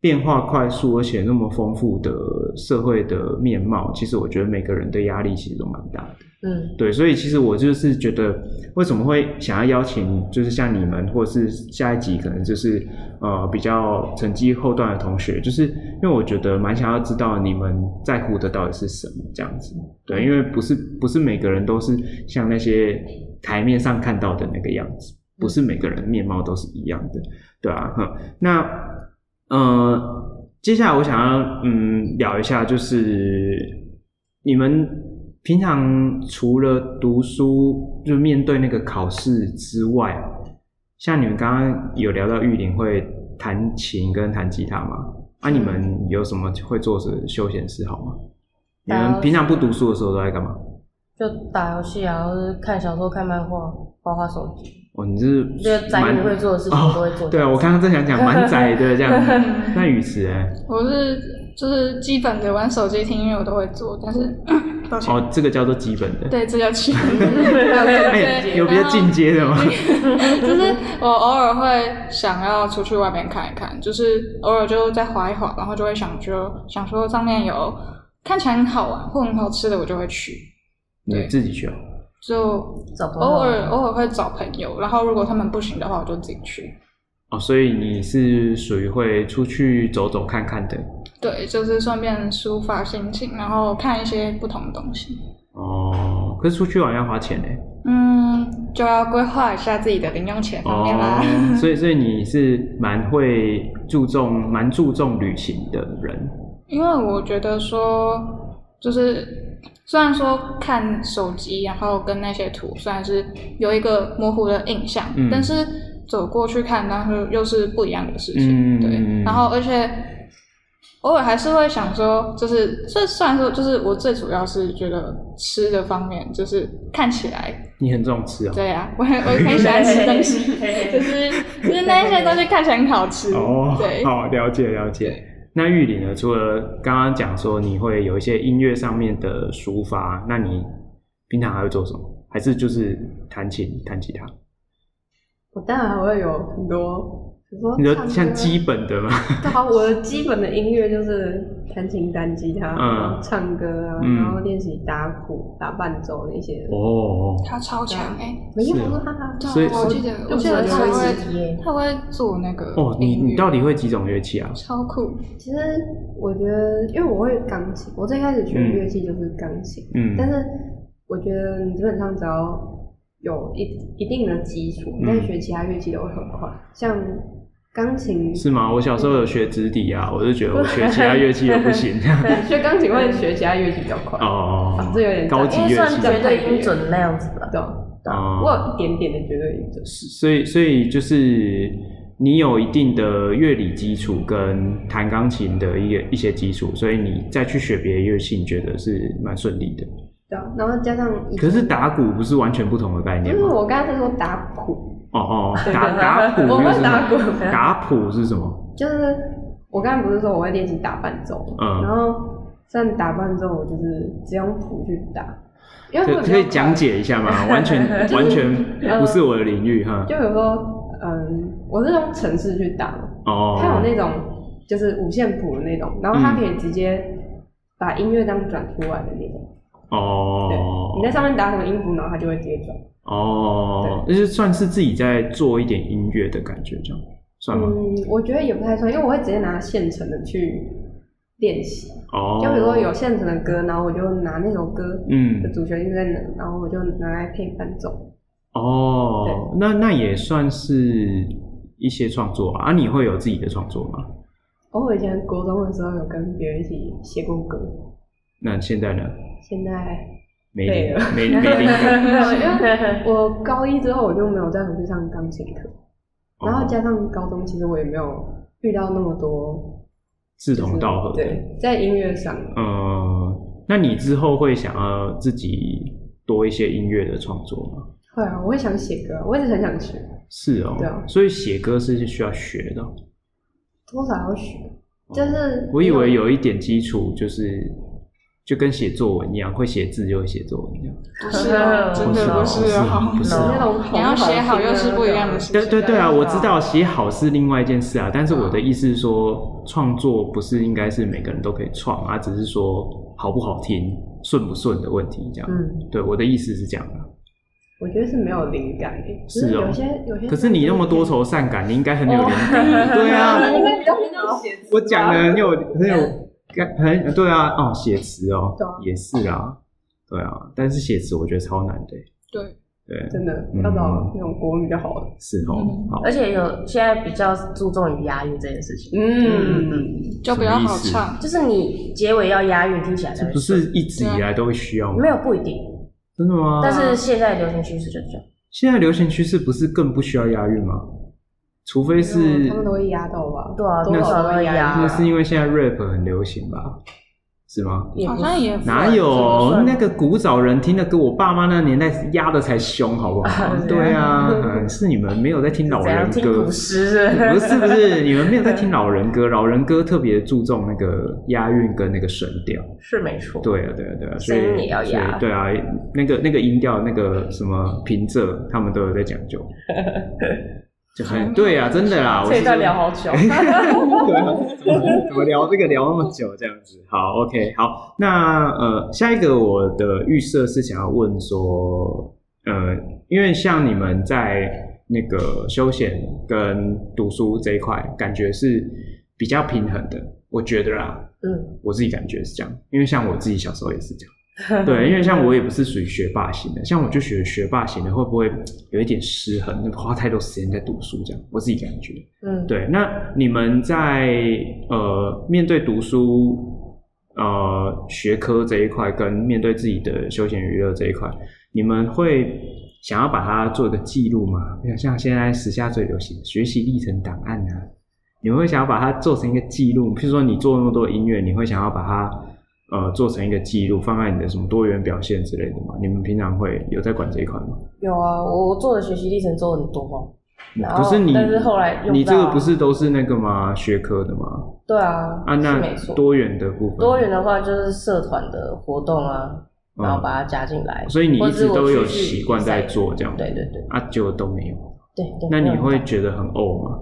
Speaker 3: 变化快速而且那么丰富的社会的面貌，其实我觉得每个人的压力其实都蛮大的。
Speaker 4: 嗯
Speaker 3: 对，所以其实我就是觉得，为什么会想要邀请，就是像你们，或者是下一集可能就是呃比较成绩后段的同学，就是因为我觉得蛮想要知道你们在乎的到底是什么这样子。对，因为不是不是每个人都是像那些台面上看到的那个样子，不是每个人面貌都是一样的，对啊，哼，那呃，接下来我想要嗯聊一下，就是你们平常除了读书，就面对那个考试之外，像你们刚刚有聊到玉林会弹琴跟弹吉他吗？啊，你们有什么会做的休闲嗜好吗？你们平常不读书的时候都在干嘛？
Speaker 4: 就打游戏啊，或者看小说、看漫画、划划手机，
Speaker 3: 哦，你是
Speaker 4: 就是宅女
Speaker 3: 蛮
Speaker 4: 会做的事情都
Speaker 3: 哦
Speaker 4: 会做。
Speaker 3: 对啊，我刚刚正想讲蛮宅的这样子。 那雨池哎、
Speaker 5: 我是就是基本的玩手机听音乐我都会做，但是抱歉，
Speaker 3: 哦，这个叫做基本的。
Speaker 5: 对，这叫基本。
Speaker 3: 哎、
Speaker 5: 对，
Speaker 3: 有比较进阶的吗？
Speaker 5: 就是我偶尔会想要出去外面看一看，就是偶尔就再滑一滑，然后就会想说想说上面有看起来很好玩或很好吃的，我就会去。
Speaker 3: 你自己去哦。
Speaker 5: 就
Speaker 4: 找朋友
Speaker 5: 偶尔偶尔会找朋友，然后如果他们不行的话，我就自己去。
Speaker 3: 哦，所以你是属于会出去走走看看的。
Speaker 5: 对，就是顺便抒发心情，然后看一些不同的东西。
Speaker 3: 哦，可是出去玩要花钱呢。
Speaker 5: 嗯，就要规划一下自己的零用钱方面啦。
Speaker 3: 哦，所以所以你是蛮会注重蛮注重旅行的人。
Speaker 5: 因为我觉得说，就是虽然说看手机，然后跟那些图，虽然是有一个模糊的印象，
Speaker 3: 嗯
Speaker 5: 但是走过去看，但是又是不一样的事情。
Speaker 3: 嗯嗯嗯
Speaker 5: 对，
Speaker 3: 嗯
Speaker 5: 然后而且偶尔还是会想说，就是这虽然说，就是我最主要是觉得吃的方面，就是看起来
Speaker 3: 你很重视哦。
Speaker 5: 对啊， 我很我很喜欢吃东西，就是就是那些东西看起来很好吃。
Speaker 3: 哦，
Speaker 5: 对，
Speaker 3: 好，了解了解。那玉里呢？除了刚刚讲说你会有一些音乐上面的抒发，那你平常还会做什么？还是就是弹琴、弹吉他？
Speaker 6: 我当然还会有很多，比如说
Speaker 3: 你说
Speaker 6: 唱歌
Speaker 3: 像基本 的吗？
Speaker 6: 对啊，我的基本的音乐就是弹琴、弹吉他、
Speaker 3: 嗯
Speaker 6: 然后唱歌啊，
Speaker 3: 嗯
Speaker 6: 然后练习打鼓、打伴奏那些。
Speaker 3: 哦，
Speaker 5: 他超强哎、
Speaker 6: 没有
Speaker 3: 是哦
Speaker 6: 啊，
Speaker 5: 对啊
Speaker 3: 所以
Speaker 5: 我记得，我
Speaker 6: 所以
Speaker 5: 记得他
Speaker 6: 所以
Speaker 5: 会
Speaker 4: 其实
Speaker 5: 他会做那个
Speaker 3: 哦，你
Speaker 5: 音乐
Speaker 3: 你到底会几种乐器啊？
Speaker 5: 超酷，
Speaker 6: 其实我觉得，因为我会钢琴，我最开始学乐器就是钢琴，
Speaker 3: 嗯，
Speaker 6: 但是我觉得你基本上只要有一一定的基础，
Speaker 3: 嗯
Speaker 6: 你再学其他乐器都会很快。像钢琴
Speaker 3: 是吗？我小时候有学直笛啊，我就觉得我学其他乐器都不 行。
Speaker 6: 对，学钢琴会学其他乐器比较快。
Speaker 3: 哦
Speaker 6: 啊，这有点
Speaker 3: 高级
Speaker 4: 因为
Speaker 3: 乐
Speaker 4: 算
Speaker 3: 器
Speaker 4: 绝对音准那样子 吧。
Speaker 6: 对啊，对啊
Speaker 3: 哦
Speaker 6: 我有一点点的绝对音准。
Speaker 3: 所以所以就是你有一定的乐理基础跟弹钢琴的一个一些基础，所以你再去学别的乐器，你觉得是蛮顺利的。
Speaker 6: 对啊，然后加上以前
Speaker 3: 可是打鼓不是完全不同的概
Speaker 6: 就
Speaker 3: 念
Speaker 6: 是
Speaker 3: 吗？
Speaker 6: 我刚才在说打谱，
Speaker 3: 哦哦，打打谱
Speaker 6: 嗯
Speaker 3: 又
Speaker 6: 我
Speaker 3: 是
Speaker 6: 会
Speaker 3: 什
Speaker 6: 打鼓
Speaker 3: 么？，打谱是什么？
Speaker 6: 就是我刚才不是说我会练习打伴奏吗，
Speaker 3: 嗯
Speaker 6: 然后像打伴奏，我就是只用谱去打，因为
Speaker 3: 可
Speaker 6: 会比较
Speaker 3: 可以
Speaker 6: 快
Speaker 3: 讲。解一下吗？完 全完全不是我的领域哈。
Speaker 6: 嗯就比如说，嗯，我是用程式去打，
Speaker 3: 哦，
Speaker 6: 它有那种就是五线谱的那种，然后它
Speaker 3: 嗯
Speaker 6: 可以直接把音乐当转出来的那种，对，
Speaker 3: 哦
Speaker 6: 你，在上面打什么音符，然后它就会直接转。
Speaker 3: 哦，就是算是自己在做一点音乐的感觉，这样算吗？
Speaker 6: 嗯，我觉得也不太算，因为我会直接拿现成的去练习。
Speaker 3: 哦，
Speaker 6: 就比如说有现成的歌，然后我就拿那首歌
Speaker 3: 嗯
Speaker 6: 的主旋律在哪，然后我就拿来配伴奏。
Speaker 3: 哦，那那也算是一些创作啊。啊你会有自己的创作吗？
Speaker 6: 哦，我以前国中的时候有跟别人一起写过歌，
Speaker 3: 那现在呢？
Speaker 6: 现在
Speaker 3: 没
Speaker 6: 对
Speaker 3: 灵
Speaker 6: 了
Speaker 3: 没没灵感。
Speaker 6: 我高一之后我就没有再回去上钢琴课，
Speaker 3: 哦
Speaker 6: 然后加上高中，其实我也没有遇到那么多
Speaker 3: 志
Speaker 6: 志
Speaker 3: 同道合。，
Speaker 6: 对，在音乐上，
Speaker 3: 嗯，那你之后会想要自己多一些音乐的创作吗？
Speaker 6: 会啊，我会想写歌，我一直很想学，
Speaker 3: 是哦，
Speaker 6: 对啊
Speaker 3: 所以写歌是需要学的哦。
Speaker 6: 多少要学，就是
Speaker 3: 哦我以为有一点基础，就是就跟写作文一样，会写字就会写作文一样。
Speaker 5: 不是啊，真的不是啊，
Speaker 3: 不是啊
Speaker 6: 那种
Speaker 5: 你要写好又是不一样的事情。
Speaker 3: 对对对啊，
Speaker 6: 对啊
Speaker 3: 我知道写好是另外一件
Speaker 6: 嗯
Speaker 3: 事啊，但是我的意思是说，创作不是应该是每个人都可以创啊，只是说好不好听、顺不顺的问题，这样。
Speaker 6: 嗯，
Speaker 3: 对，我的意思是这样啊。
Speaker 6: 我觉得是没有灵感的，就是
Speaker 3: 哦
Speaker 6: 有些有些。
Speaker 3: 可是你那么多，愁善感，你应该很有灵感。 对啊，
Speaker 6: 应该比较好写字吧
Speaker 3: 我讲的很有很有感很对啊，哦，写词哦
Speaker 6: 对啊，
Speaker 3: 也是啊，对啊，但是写词我觉得超难的欸，
Speaker 5: 对，
Speaker 3: 对，
Speaker 6: 真的
Speaker 3: 嗯
Speaker 6: 要找那种国文比较好的。
Speaker 3: 是哦
Speaker 5: 嗯，
Speaker 3: 好
Speaker 4: 而，且有现在比较注重于押韵这件事情，
Speaker 6: 嗯，
Speaker 5: 就比较好唱。
Speaker 4: 就是你结尾要押韵，听起来才
Speaker 3: 这
Speaker 4: 会
Speaker 3: 不是一直以来都会需要吗？
Speaker 4: 没有，不一定，
Speaker 3: 真的吗？
Speaker 4: 但是现在流行趋势就是这样。
Speaker 3: 现在流行趋势不是更不需要押韵吗？除非是
Speaker 6: 他们都会压到吧？
Speaker 4: 对啊
Speaker 6: 多
Speaker 4: 那
Speaker 6: 少都会压
Speaker 4: 那
Speaker 3: 那
Speaker 6: 到。
Speaker 3: 是因为现在 rap 很流行吧？是吗？
Speaker 4: 也
Speaker 5: 好
Speaker 4: 不
Speaker 5: 像
Speaker 4: 是
Speaker 5: 也
Speaker 3: 哪
Speaker 4: 怎么
Speaker 3: 有
Speaker 4: 算
Speaker 3: 那个古早人听的歌？我爸妈那年代压的才凶，好不好？对啊，嗯是你们没有在听老
Speaker 4: 怎样
Speaker 3: 人
Speaker 4: 听
Speaker 3: 歌
Speaker 4: 古，诗是不
Speaker 3: 不
Speaker 4: 是
Speaker 3: 是不是，你们没有在听老人歌。老人歌特别注重那个押韵跟那个声调。
Speaker 4: 是没错，
Speaker 3: 对啊，对啊，对啊，所
Speaker 4: 声
Speaker 3: 以
Speaker 4: 音也要
Speaker 3: 所以
Speaker 4: 压
Speaker 3: 对啊，那个那个音调，那个什么平仄，他们都有在讲 究，就很对啊，真的啦。我
Speaker 4: 这一
Speaker 3: 是
Speaker 4: 段聊好 久。
Speaker 3: 对啊，怎么怎么聊这个聊那么久这样子？好，OK，好，那呃，下一个我的预设是想要问说，呃，因为像你们在那个休闲跟读书这一块，感觉是比较平衡的，我觉得啦，
Speaker 4: 嗯，
Speaker 3: 我自己感觉是这样，因为像我自己小时候也是这样。对，因为像我也不是属于学霸型的，像我就学学霸型的，会不会有一点失衡？花太多时间在读书这样，我自己感觉。
Speaker 4: 嗯，
Speaker 3: 对，那你们在呃面对读书呃学科这一块，跟面对自己的休闲娱乐这一块，你们会想要把它做一个记录吗？像像现在时下最流行的学习历程档案啊，你们会想要把它做成一个记录？譬如说你做那么多音乐，你会想要把它。呃，做成一个记录，放在你的什么多元表现之类的吗？你们平常会有在管这一块吗？
Speaker 4: 有啊，我我做的学习历程周很多哦。然
Speaker 3: 可
Speaker 4: 后
Speaker 3: 是你，
Speaker 4: 但是后来用不
Speaker 3: 你这个
Speaker 4: 到啊
Speaker 3: 不是都是那个吗？学科的吗？
Speaker 4: 对啊，
Speaker 3: 啊，
Speaker 4: 是
Speaker 3: 那
Speaker 4: 没错。
Speaker 3: 多元的部分，
Speaker 4: 多元的话就是社团的活动啊，
Speaker 3: 嗯
Speaker 4: 然后把它加进来。
Speaker 3: 所以你一直都有习惯
Speaker 4: 或者是我
Speaker 3: 在
Speaker 4: 去
Speaker 3: 做这样，
Speaker 4: 对对对
Speaker 3: 啊，结果都没有，
Speaker 4: 对对。
Speaker 3: 那你
Speaker 4: 没有
Speaker 3: 会
Speaker 4: 到
Speaker 3: 觉得很呕吗？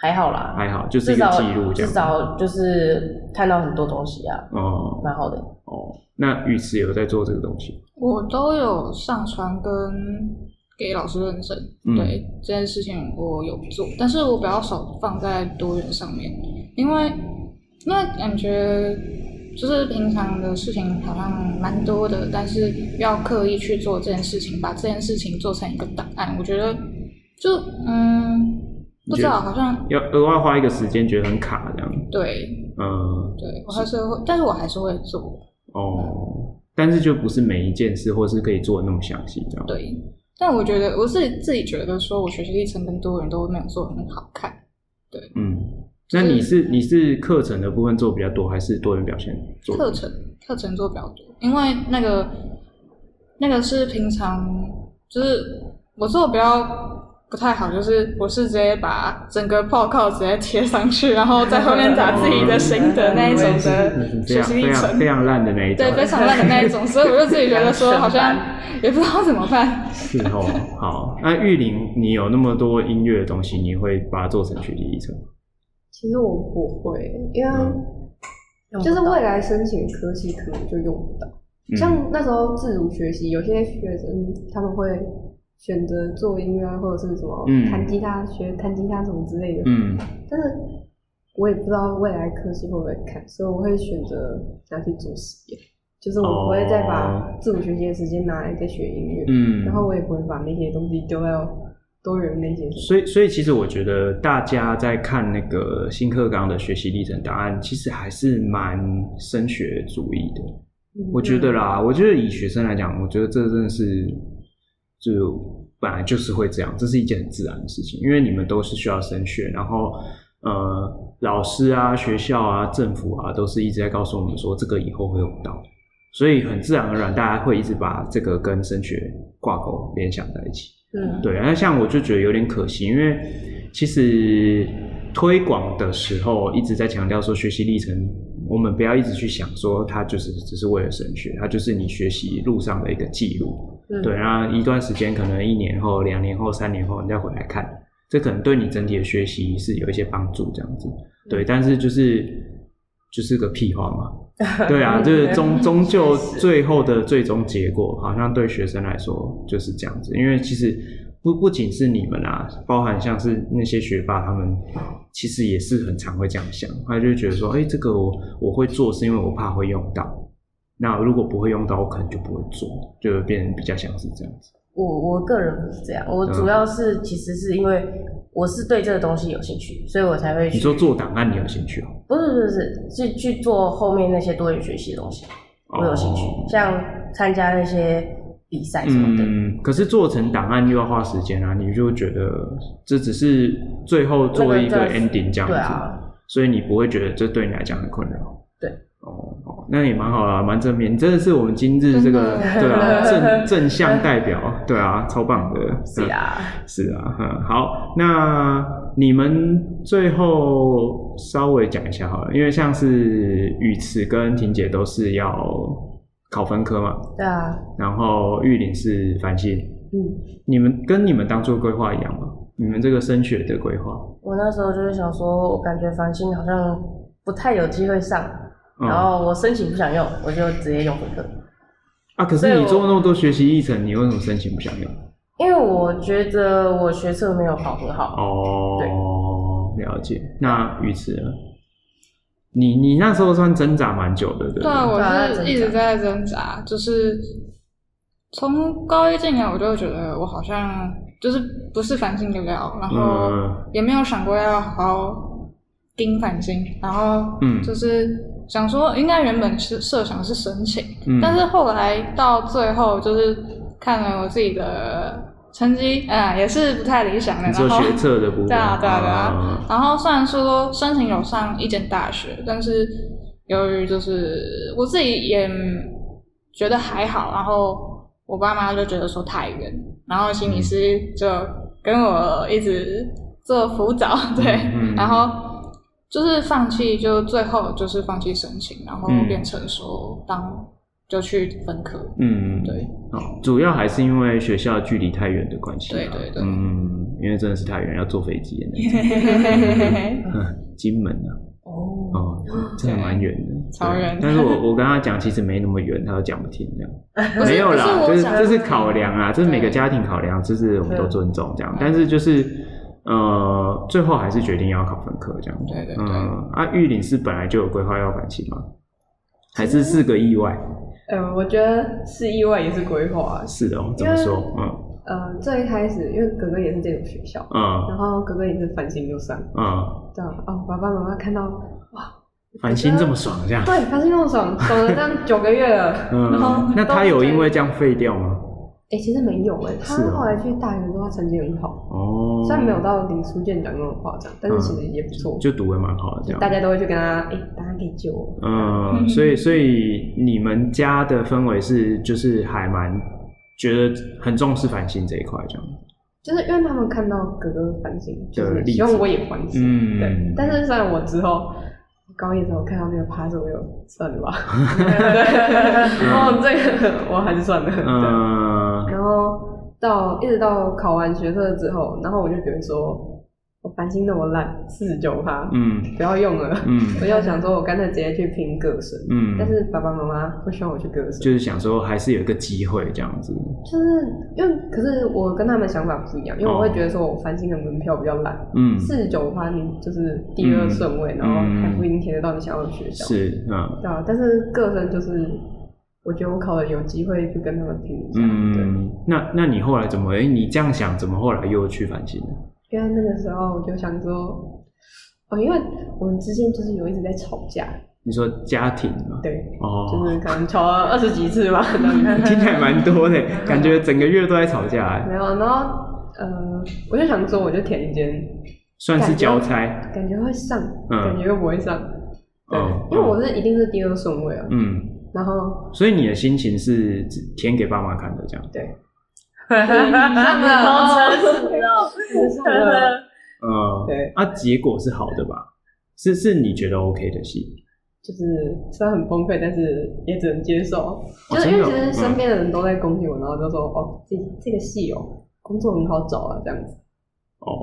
Speaker 4: 还好啦，
Speaker 3: 还好，就是
Speaker 4: 至
Speaker 3: 一个
Speaker 4: 少
Speaker 3: 记录这样，
Speaker 4: 至少就是看到很多东西啊，
Speaker 3: 哦
Speaker 4: 蛮好的。
Speaker 3: 哦，那于此有在做这个东西，
Speaker 5: 我都有上传跟给老师认证，
Speaker 3: 嗯
Speaker 5: 对这件事情我有做，但是我比较少放在多元上面，因为因为感觉就是平常的事情好像蛮多的，但是要刻意去做这件事情，把这件事情做成一个档案，我觉得就嗯不知道好像
Speaker 3: 要额外花一个时间，觉得很卡这样，
Speaker 5: 对
Speaker 3: 嗯，
Speaker 5: 对，我还是会，但是我还是会做，
Speaker 3: 哦，但是就不是每一件事，或是可以做的那么详细这样，，
Speaker 5: 对，但我觉得我自己自己觉得说，我学习历程跟多人都没有做得很好看。
Speaker 3: 嗯。那你是你是课程的部分做比较多，还是多元表现做？
Speaker 5: 课程课程做比较多，因为那个那个是平常就是我做得比较不太好，就是我是直接把整个报告直接贴上去，然后在后面打自己的心得那一种的
Speaker 3: 非
Speaker 5: 学
Speaker 3: 常
Speaker 5: 习
Speaker 3: 非
Speaker 5: 历
Speaker 3: 常
Speaker 5: 程
Speaker 3: 非。常烂的那一种，
Speaker 5: 对，非常烂的那一种，所以我就自己觉得 说，好像也不知道怎么办。
Speaker 3: 是哦，好。那玉林，你有那么多音乐的东西，你会把它做成学习历程吗？
Speaker 6: 其实我不会，因为
Speaker 4: 用不
Speaker 6: 就是
Speaker 4: 到
Speaker 6: 未来申请的科系可能就用不到。
Speaker 3: 嗯
Speaker 6: 像那时候自主学习，有些学生他们会选择做音乐啊，或者是什么
Speaker 3: 嗯
Speaker 6: 弹吉他、学弹吉他什么之类的。
Speaker 3: 嗯，
Speaker 6: 但是我也不知道未来科系会不会看，所以我会选择拿去做实验，就是我不会再把自主学习的时间拿来再学音乐，
Speaker 3: 哦嗯
Speaker 6: 然后我也不会把那些东西丢到多元那些。
Speaker 3: 所以所以其实我觉得大家在看那个新课纲的学习历程答案，其实还是蛮升学主义的。我觉
Speaker 6: 嗯
Speaker 3: 得啦，我觉得以学生来讲，我觉得这真的是就本来就是会这样，这是一件很自然的事情，因为你们都是需要升学，然后呃，老师啊、学校啊、政府啊，都是一直在告诉我们说这个以后会用到，所以很自然而然，大家会一直把这个跟升学挂钩联想在一起。
Speaker 4: 嗯，
Speaker 3: 对，那像我就觉得有点可惜，因为其实推广的时候一直在强调说学习历程我们不要一直去想说它就是只是为了升学，它就是你学习路上的一个记录。
Speaker 4: 嗯
Speaker 3: 对，然后一段时间，可能一年后、两年后、三年后，你再回来看，这可能对你整体的学习是有一些帮助，这样子。对，但是就是就是个屁话嘛。对啊，就是终终究最后的最终结果，好像对学生来说就是这样子。因为其实不不仅是你们啊，包含像是那些学霸，他们其实也是很常会这样想，他就会觉得说，哎、这个我我会做是因为我怕会用到，那如果不会用到，我可能就不会做，就会变成比较像是这样子。
Speaker 4: 我我个人不是这样，我
Speaker 3: 嗯
Speaker 4: 主要是其实是因为我是对这个东西有兴趣，所以我才会去
Speaker 3: 你说做档案你有兴趣哦？
Speaker 4: 不是不是不是，是去做后面那些多元学习的东西，我有兴趣，
Speaker 3: 哦
Speaker 4: 像参加那些比赛什么的。
Speaker 3: 嗯，可是做成档案又要花时间啊，你就觉得这只是最后做一个
Speaker 4: 那个叫
Speaker 3: ending 这样子，
Speaker 4: 对啊，
Speaker 3: 所以你不会觉得这对你来讲很困扰。
Speaker 4: 对
Speaker 3: 哦，哦，那也蛮好啦，蛮正面，你真的是我们今日这个
Speaker 5: 真的
Speaker 3: 对 啊正正向代表，对啊，超棒的，
Speaker 4: 是啊，
Speaker 3: 是啊，嗯，好，那你们最后稍微讲一下好了，因为像是雨慈跟婷姐都是要考分科嘛，
Speaker 4: 对啊，
Speaker 3: 然后玉林是繁星，
Speaker 6: 嗯，
Speaker 3: 你们跟你们当初规划一样吗？你们这个升学的规划，
Speaker 4: 我那时候就是想说，我感觉繁星好像不太有机会上，
Speaker 3: 嗯
Speaker 5: 哦
Speaker 4: 然后我申请不想用，我就直接用本科，
Speaker 3: 啊，可
Speaker 4: 所以
Speaker 3: 是你
Speaker 4: 我
Speaker 3: 做那么多学习议程，你为什么申请不想用？
Speaker 4: 因为我觉得我学测没有考很好。
Speaker 3: 哦，了解。那鱼池呢？你你那时候算挣扎蛮久的，对不
Speaker 5: 对啊，
Speaker 4: 对啊
Speaker 5: 我
Speaker 4: 在
Speaker 5: 是一直
Speaker 4: 挣
Speaker 5: 在挣扎，就是从高一进来，我就觉得我好像就是不是繁星的料，然后
Speaker 3: 嗯
Speaker 5: 也没有想过要好好盯繁星，然后
Speaker 3: 嗯
Speaker 5: 就是想说应该原本是设想是申请，
Speaker 3: 嗯
Speaker 5: 但是后来到最后就是看了我自己的成绩，嗯，也是不太理想的，
Speaker 3: 你说
Speaker 5: 然后
Speaker 3: 学测的部分，
Speaker 5: 对啊，对啊，对啊。 然后虽然说申请有上一间大学，但是由于就是我自己也觉得还好，然后我爸妈就觉得说太远，然后心理师就跟我一直做辅导，对，
Speaker 3: 嗯嗯
Speaker 5: 然后。就是放弃，就最后就是放弃申请，然后
Speaker 3: 嗯
Speaker 5: 变成说当就去分科，
Speaker 3: 嗯，
Speaker 5: 对，
Speaker 3: 好，主要还是因为学校距离太远的关系啊，
Speaker 5: 对对对
Speaker 3: 嗯，因为真的是太远，要坐飞机的 那种，嗯金门啊，
Speaker 4: 哦，
Speaker 3: 哦，真的蛮远的，
Speaker 5: 超
Speaker 3: 对
Speaker 5: 远
Speaker 3: 但是我我跟他讲，其实没那么远，他都讲不听 这样。
Speaker 5: 不是
Speaker 3: 没有啦，
Speaker 5: 不
Speaker 3: 就是是
Speaker 5: 我
Speaker 3: 这是
Speaker 5: 想
Speaker 3: 考量啊，这是每个家庭考量，就是我们都尊重这样。但是就是呃，最后还是决定要考分科这样。
Speaker 5: 对对对
Speaker 3: 嗯，啊，玉林是本来就有规划要返青吗？还是是个意外？
Speaker 6: 呃，我觉得是意外也是规划。啊
Speaker 3: 是哦，怎么说？嗯
Speaker 6: 呃，最一开始因为哥哥也是这种学校，
Speaker 3: 嗯
Speaker 6: 然后哥哥也是繁星就上，
Speaker 3: 嗯，
Speaker 6: 对啊，哦，爸爸妈妈看到哇，
Speaker 3: 返青这么爽这样？
Speaker 6: 对，繁星那么爽，爽了这样九个月了， 然后
Speaker 3: 嗯，那他有因为这样废掉吗？
Speaker 6: 哎、其实没有哎、他
Speaker 3: 是哦
Speaker 6: 后来去大学之后，他成绩很好，
Speaker 3: 哦，嗯
Speaker 6: 虽然没有到林书健讲那么夸张，但是其实也不错，
Speaker 3: 就读的蛮好的这样。
Speaker 6: 大家都会去跟他，哎、大家可以救我，
Speaker 3: 嗯，所以所以你们家的氛围是就是还蛮觉得很重视反省这一块这样。
Speaker 6: 就是 因为他们看到哥哥繁星，就
Speaker 3: 的
Speaker 6: 是
Speaker 3: 例子
Speaker 6: 希望我也繁星，
Speaker 3: 嗯
Speaker 6: 对，但是虽然我之后。高一的时候看到那个趴着，我有 算了吧，对，哦，这个我还是算了，对。
Speaker 3: 嗯，
Speaker 6: 然后到一直到考完学测之后，然后我就觉得说，我繁星那么烂，四十九趴，
Speaker 3: 嗯
Speaker 6: 不要用了。
Speaker 3: 嗯
Speaker 6: 我就想说，我干脆直接去拼个声，
Speaker 3: 嗯，
Speaker 6: 但是爸爸妈妈不希望我去个声，
Speaker 3: 就是想说还是有一个机会这样子。
Speaker 6: 就是因为可是我跟他们想法不一样，因为
Speaker 3: 哦
Speaker 6: 我会觉得说我繁星的门票比较烂，
Speaker 3: 嗯，
Speaker 6: 四十九趴你就是第二顺位，
Speaker 3: 嗯
Speaker 6: 然后还不一定填得到你想要的学校，
Speaker 3: 是嗯
Speaker 6: 对啊。但是个声就是，我觉得我考了有机会去跟他们拼一下，对。
Speaker 3: 嗯，那那你后来怎么？哎，你这样想，怎么后来又去反省呢？
Speaker 6: 因为那个时候我就想说，哦，因为我们之间就是有一直在吵架，
Speaker 3: 你说家庭吗？
Speaker 6: 对，就
Speaker 3: 哦，
Speaker 6: 是可能吵了二十几 次吧，这样子
Speaker 3: 听起来蛮多的， 感觉整个月都在吵架，哎
Speaker 6: 没有。然后呃，我就想说，我就填一间，
Speaker 3: 算是交差。
Speaker 6: 感觉会上，
Speaker 3: 嗯
Speaker 6: 感觉又不会上，对，
Speaker 3: 嗯
Speaker 6: 因为我是一定是第二顺位啊。
Speaker 3: 嗯，
Speaker 6: 然后
Speaker 3: 所以你的心情是只填给爸妈看的这样。
Speaker 6: 对，
Speaker 4: 上了，
Speaker 6: 我上了，
Speaker 3: 嗯，
Speaker 6: 对
Speaker 3: 啊，结果是好的吧？是是你觉得 OK 的戏，
Speaker 6: 就是虽然很崩溃，但是也只能接受。
Speaker 3: 哦
Speaker 6: 就是因
Speaker 3: 真的哦
Speaker 6: 为其实
Speaker 3: 嗯
Speaker 6: 身边的人都在恭喜我，然后就说哦，这这个戏哦，工作很好找啊，这样子。
Speaker 3: 哦，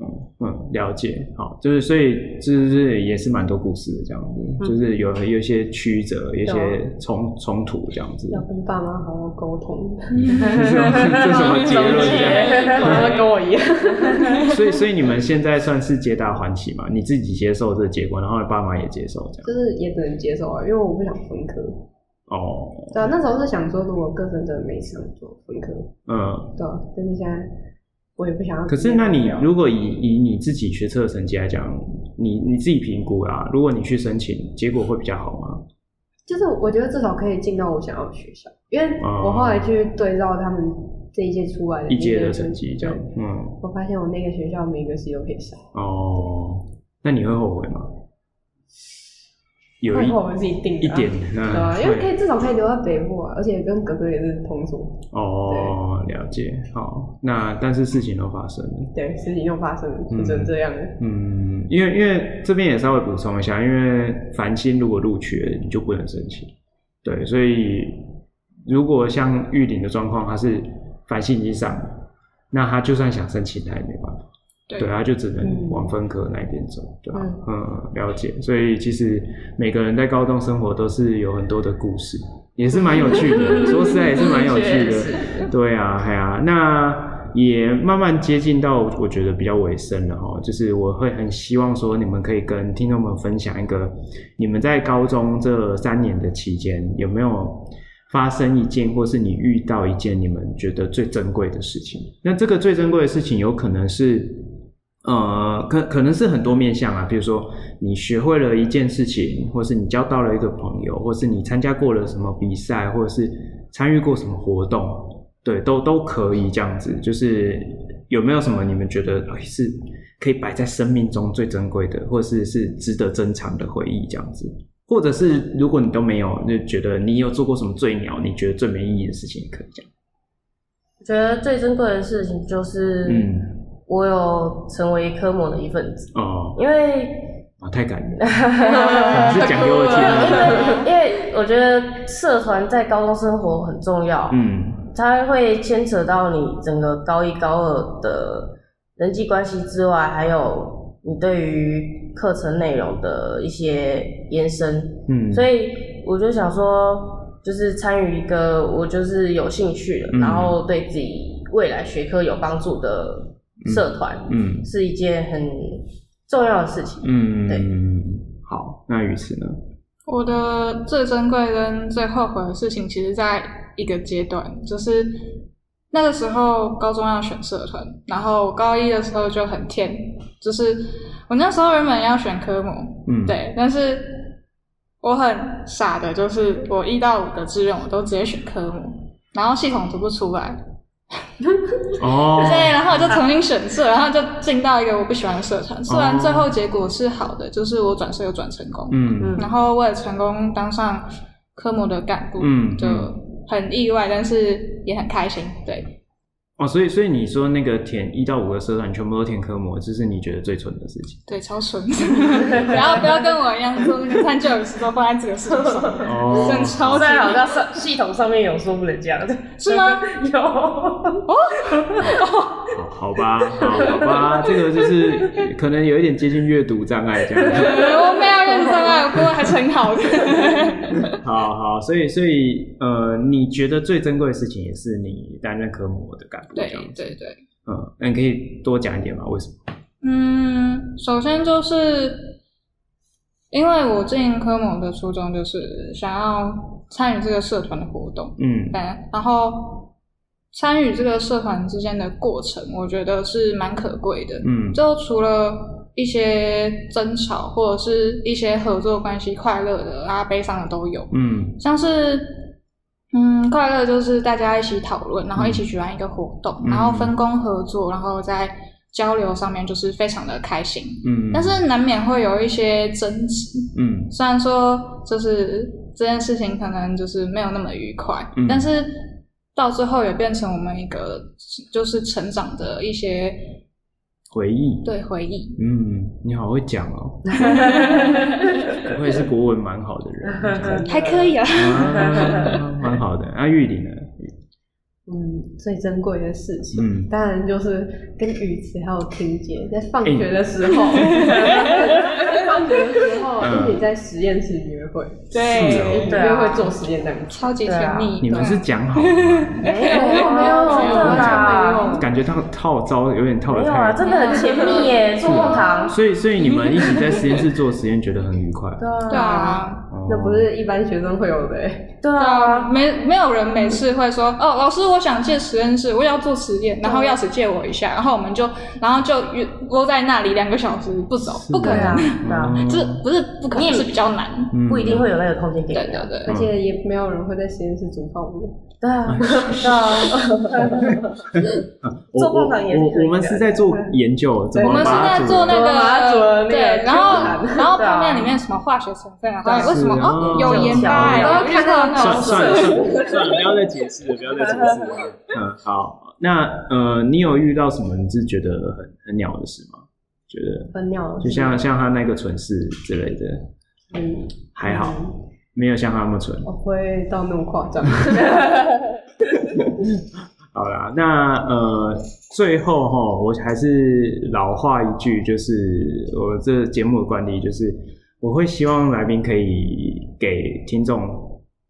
Speaker 3: 嗯嗯，了解，好，就是所以就是也是蛮多故事的这样
Speaker 6: 嗯
Speaker 3: 子，就是有有一些曲折，有一些冲冲突这样子，
Speaker 6: 要 跟爸妈好好沟通，
Speaker 3: 这是什么 这是什么结论这样？
Speaker 6: 爸妈跟
Speaker 3: 哦
Speaker 6: 我一样。
Speaker 3: 所以，所以你们现在算是皆大欢喜嘛？你自己接受这个结果，然后爸妈也接受这样。
Speaker 6: 就是也只能接受啊，因为我不想分科。
Speaker 3: 哦，
Speaker 6: 对啊，那时候是想说，如果各真的没上就分科，
Speaker 3: 嗯。
Speaker 6: 对啊。但是现在我也不想要。
Speaker 3: 可是，那你如果以以你自己学测的成绩来讲，你你自己评估啦，如果你去申请，结果会比较好吗？
Speaker 6: 就是我觉得至少可以进到我想要的学校，因为
Speaker 3: 哦
Speaker 6: 我后来去对照他们这一届出来的
Speaker 3: 一届
Speaker 6: 那
Speaker 3: 的
Speaker 6: 个
Speaker 3: 成绩这样，嗯，
Speaker 6: 我发现我那个学校每个系都可以上，
Speaker 3: 哦，那你会后悔吗？有
Speaker 6: 会
Speaker 3: 一
Speaker 6: 后悔自己定
Speaker 3: 一
Speaker 6: 的啊
Speaker 3: 点，
Speaker 6: 对啊，
Speaker 3: 嗯，
Speaker 6: 因为可
Speaker 3: 会
Speaker 6: 以至少可以留在北部啊，而且跟哥哥也是同所，
Speaker 3: 哦，了解，好，那但是事情都发生了。
Speaker 6: 对，事情又发生了，就只能这样了。
Speaker 3: 嗯，因为因为这边也稍微补充一下，因为繁星如果录取了，你就不能申请。对，所以如果像玉林的状况，他是繁星已经上了，那他就算想申请，他也没办法。
Speaker 5: 对
Speaker 3: 对，啊他就只能
Speaker 6: 嗯
Speaker 3: 往分科那一边走，对吧、嗯，了解。所以其实每个人在高中生活都是有很多的故事，也是蛮有趣的。说实在，也是蛮有趣
Speaker 4: 确
Speaker 3: 的。对啊，哎呀、那也慢慢接近到我觉得比较尾声了哈。就是我会很希望说，你们可以跟听众们分享一个，你们在高中这三年的期间有没有？发生一件，或是你遇到一件你们觉得最珍贵的事情。那这个最珍贵的事情，有可能是，呃，可可能是很多面向啊，比如说你学会了一件事情，或是你交到了一个朋友，或是你参加过了什么比赛，或者是参与过什么活动，对，都都可以这样子。就是有没有什么你们觉得、哎、是可以摆在生命中最珍贵的，或是是值得珍藏的回忆这样子？或者是如果你都没有，就觉得你有做过什么最鸟，你觉得最没意义的事情，可以讲。
Speaker 4: 我觉得最珍贵的事情就是，
Speaker 3: 嗯，
Speaker 4: 我有成为科模的一份子，
Speaker 3: 哦，
Speaker 4: 因为
Speaker 3: 啊，太感 人了，是讲给我听的。
Speaker 4: 因为因为我觉得社团在高中生活很重要，
Speaker 3: 嗯，
Speaker 4: 它会牵扯到你整个高一高二的人际关系之外，还有你对于课程内容的一些延伸，
Speaker 3: 嗯，
Speaker 4: 所以我就想说。就是参与一个我就是有兴趣的，
Speaker 3: 嗯
Speaker 4: 然后对自己未来学科有帮助的社团，
Speaker 3: 嗯
Speaker 4: 是一件很重要的事情。
Speaker 3: 嗯，
Speaker 4: 对
Speaker 3: 好，那于此呢？
Speaker 5: 我的最珍贵跟最后悔的事情，其实在一个阶段，就是那个时候高中要选社团，然后我高一的时候就很天，就是我那时候原本要选科目，
Speaker 3: 嗯，，
Speaker 5: 对，但是我很傻的，就是我一到五个志愿我都直接选科目，然后系统读不出来，
Speaker 3: 哦，
Speaker 5: 对，然后我就重新选社，然后就进到一个我不喜欢的社团，虽然最后结果是好的，就是我转社有转成功，
Speaker 3: 哦嗯
Speaker 4: 嗯
Speaker 5: 然后我也成功当上科目的干部，
Speaker 3: 嗯
Speaker 5: 就很意外，但是也很开心。对，
Speaker 3: 哦，所以所以你说那个填一到五个社团全部都填科模，这是你觉得最蠢的事情
Speaker 5: 对，超纯， 然后不要跟我一样说那个三九五十都放在这个事情上，
Speaker 3: 哦
Speaker 5: 真的超级
Speaker 4: 虽然好像上系统上面有说不能这样的，
Speaker 5: 是吗？
Speaker 4: 有，
Speaker 3: 好好吧，好好吧，这个就是可能有一点接近阅读障碍这样子。
Speaker 5: 我没有认真啊，不过还是很好的。
Speaker 3: 好好，所以所以呃，你觉得最珍贵的事情也是你担任科模的干部这
Speaker 5: 对
Speaker 3: 样子，
Speaker 5: 对对。
Speaker 3: 嗯，那你可以多讲一点吗？为什么？
Speaker 5: 嗯，首先就是因为我进科某的初衷就是想要参与这个社团的活动，
Speaker 3: 嗯
Speaker 5: 对，然后参与这个社团之间的过程，我觉得是蛮可贵的。
Speaker 3: 嗯
Speaker 5: 就除了一些争吵或者是一些合作关系，快乐的啊、悲伤的都有。
Speaker 3: 嗯
Speaker 5: 像是嗯，快乐就是大家一起讨论，然后一起举办一个活动，
Speaker 3: 嗯
Speaker 5: 然后分工合作，然后在交流上面就是非常的开心。
Speaker 3: 嗯，
Speaker 5: 但是难免会有一些争执，
Speaker 3: 嗯
Speaker 5: 虽然说就是这件事情可能就是没有那么愉快，
Speaker 3: 嗯
Speaker 5: 但是到最后也变成我们一个就是成长的一些
Speaker 3: 回忆。
Speaker 5: 对回忆，
Speaker 3: 嗯，你好会讲 哦，不愧是国文蛮好的人，
Speaker 5: 还可以啊。
Speaker 3: 啊蛮好的。阿玉里呢？
Speaker 6: 嗯，最珍贵的事情，
Speaker 3: 嗯
Speaker 6: 当然就是跟语词还有听觉，在放
Speaker 3: 哎
Speaker 6: 学 的时候，在放学的时候
Speaker 3: 嗯
Speaker 6: 一起在实验室约会，
Speaker 3: 是哦
Speaker 4: 对
Speaker 6: 约
Speaker 4: 啊
Speaker 6: 会做实验这样子。
Speaker 5: 超级甜蜜。
Speaker 3: 你们是
Speaker 5: 对
Speaker 3: 讲好的吗？
Speaker 4: 没有没有没
Speaker 5: 没
Speaker 4: 有
Speaker 5: 有
Speaker 4: 真的啦，
Speaker 3: 感觉套套招有点套
Speaker 4: 没
Speaker 3: 的
Speaker 4: 有啊，
Speaker 3: 太
Speaker 4: 真的很甜蜜耶，做梦堂。
Speaker 3: 所以所以你们一起在实验室做实验，觉得很愉快。
Speaker 5: 对，啊，
Speaker 3: 哦
Speaker 6: 那不是一般学生会有的、欸，
Speaker 4: 对
Speaker 5: 对
Speaker 4: 啊
Speaker 5: 啊，，没没有人每次会说哦，老师，我想借实验室，我要做实验，然后钥匙借我一下，然后我们就然后就约窝在那里两个小时不走，不可
Speaker 4: 对啊
Speaker 5: 能，，
Speaker 4: 对啊，
Speaker 3: 嗯
Speaker 5: 就是不是不可能，是比较难。
Speaker 3: 嗯
Speaker 4: 不一定会有那个空间给
Speaker 5: 对
Speaker 4: 你
Speaker 5: 对
Speaker 4: 啊。
Speaker 5: 对
Speaker 6: 而且也没有人会在实验室煮泡面。
Speaker 4: 对啊，对啊，
Speaker 3: 嗯我
Speaker 4: 做梦堂也是可
Speaker 3: 我
Speaker 4: 以的
Speaker 3: 我我们是在做研究，怎
Speaker 5: 我
Speaker 3: 么
Speaker 5: 们是
Speaker 3: 把它
Speaker 5: 在做那
Speaker 6: 怎么把它煮
Speaker 5: 个
Speaker 6: 了那个
Speaker 5: 对，然后
Speaker 6: 猪腩
Speaker 5: 然后
Speaker 4: 对啊
Speaker 5: 泡面里面什么化学成分啊，还有为什么
Speaker 3: 是啊
Speaker 5: 哦有盐巴
Speaker 4: 这
Speaker 5: 欸，
Speaker 4: 样
Speaker 5: 我就看到那
Speaker 3: 算
Speaker 5: 种
Speaker 3: 算了算了算了，不要再解释了，不要再解释了。嗯，好，那呃，你有遇到什么你是觉得很很鸟的事吗？觉得
Speaker 6: 分尿了，
Speaker 3: 就像像他那个蠢事之类的，
Speaker 6: 嗯，
Speaker 3: 还好
Speaker 6: 嗯
Speaker 3: 没有像他那么蠢。
Speaker 6: 我不会到那么 夸张。
Speaker 3: 好啦，那呃，最后哈，我还是老话一句，就是我这节目的惯例，就是我会希望来宾可以给听众，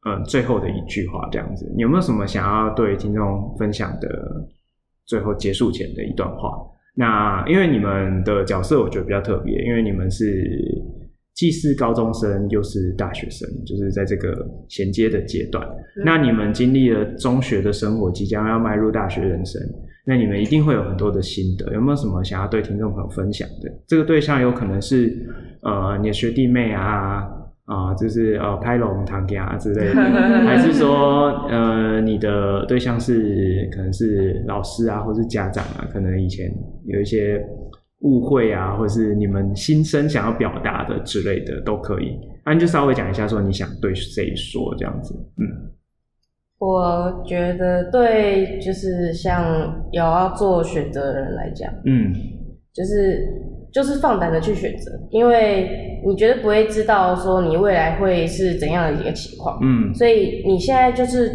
Speaker 3: 呃，最后的一句话这样子。你有没有什么想要对听众分享的？最后结束前的一段话。那因为你们的角色，我觉得比较特别，因为你们是既是高中生又是大学生，就是在这个衔接的阶段。那你们经历了中学的生活，即将要迈入大学人生，那你们一定会有很多的心得。有没有什么想要对听众朋友分享的？这个对象有可能是呃你的学弟妹啊。啊、就是呃，拍龙堂给啊之类的， 还是说呃，你的对象是可能是老师啊，或是家长啊，可能以前有一些误会啊，或是你们心声想要表达的之类的都可以。那、你就稍微讲一下，说你想对谁说这样子。嗯，
Speaker 4: 我觉得对，就是像有要做选择的人来讲，
Speaker 3: 嗯，
Speaker 4: 就是就是放胆的去选择，因为你绝对不会知道说你未来会是怎样的一个情况，
Speaker 3: 嗯，
Speaker 4: 所以你现在就是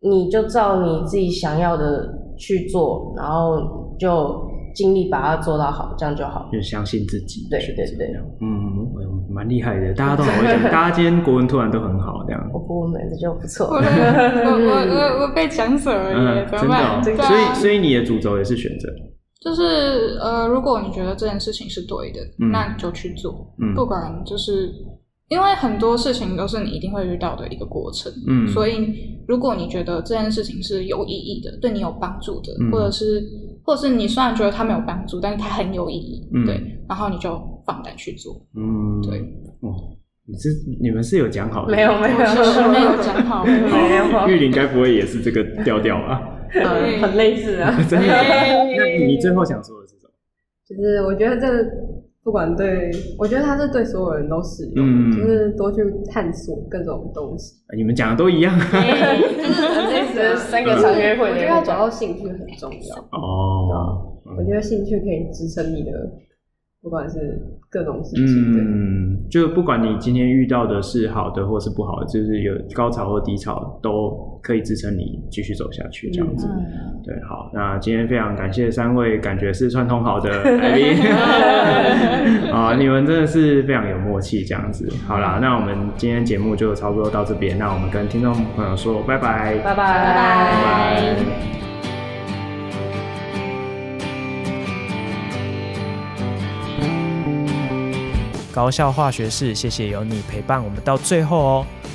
Speaker 4: 你就照你自己想要的去做，然后就尽力把它做到好，这样就好。
Speaker 3: 就相信自己。
Speaker 4: 对对对，
Speaker 3: 嗯，嗯蛮厉害的，大家都好会讲，大家今天国文突然都很好，这样。
Speaker 4: 我不问本子就不错。
Speaker 5: 我 我我我我被讲死了耶
Speaker 3: 嗯，，
Speaker 5: 怎
Speaker 3: 真
Speaker 5: 么
Speaker 3: 的
Speaker 5: 办？
Speaker 3: 哦、
Speaker 5: 对
Speaker 3: 所
Speaker 5: 啊
Speaker 3: 以所以你的主轴也是选择，
Speaker 5: 就是呃，如果你觉得这件事情是对的，
Speaker 3: 嗯
Speaker 5: 那就去做，
Speaker 3: 嗯
Speaker 5: 不管就是因为很多事情都是你一定会遇到的一个过程，
Speaker 3: 嗯，
Speaker 5: 所
Speaker 3: 以
Speaker 5: 以如果你觉得这件事情是有意义的，对你有帮助的，
Speaker 3: 嗯
Speaker 5: 或者是或者是你虽然觉得它没有帮助，但是它很有意义，
Speaker 3: 嗯
Speaker 5: 对，然后你就放胆去做，
Speaker 3: 嗯，
Speaker 5: 对，
Speaker 3: 哦，你是你们是有讲好的，
Speaker 4: 没有没有
Speaker 5: 我其实没有讲好，
Speaker 3: 好
Speaker 4: 没有
Speaker 3: 玉林该不会也是这个调调吧？
Speaker 6: 嗯，很类似啊。
Speaker 3: 真的？那你最后想说的是什么？
Speaker 6: 就是我觉得这不管对，我觉得它是对所有人都适用的，
Speaker 3: 嗯
Speaker 6: 就是多去探索各种东西。
Speaker 3: 哎你们讲的都一样
Speaker 4: 就是三个
Speaker 6: 就是
Speaker 4: 场约会
Speaker 6: 我
Speaker 4: 的
Speaker 6: 觉得
Speaker 4: 那
Speaker 6: 要
Speaker 4: 种
Speaker 6: 找到兴趣很重要。
Speaker 3: 哦。
Speaker 6: 我觉得兴趣可以支撑你的，不管是各种事情的。
Speaker 3: 嗯，就不管你今天遇到的是好的或是不好的，就是有高潮或低潮，都可以支撑你继续走下去这样子。对，好，那今天非常感谢三位，感觉是串通好的来宾啊，你们真的是非常有默契这样子。好啦，那我们今天节目就差不多到这边，那我们跟听众朋友说拜拜，
Speaker 4: 拜拜
Speaker 5: 拜拜
Speaker 3: 拜拜
Speaker 2: 高校化学室，谢谢有你陪伴我们到最后哦。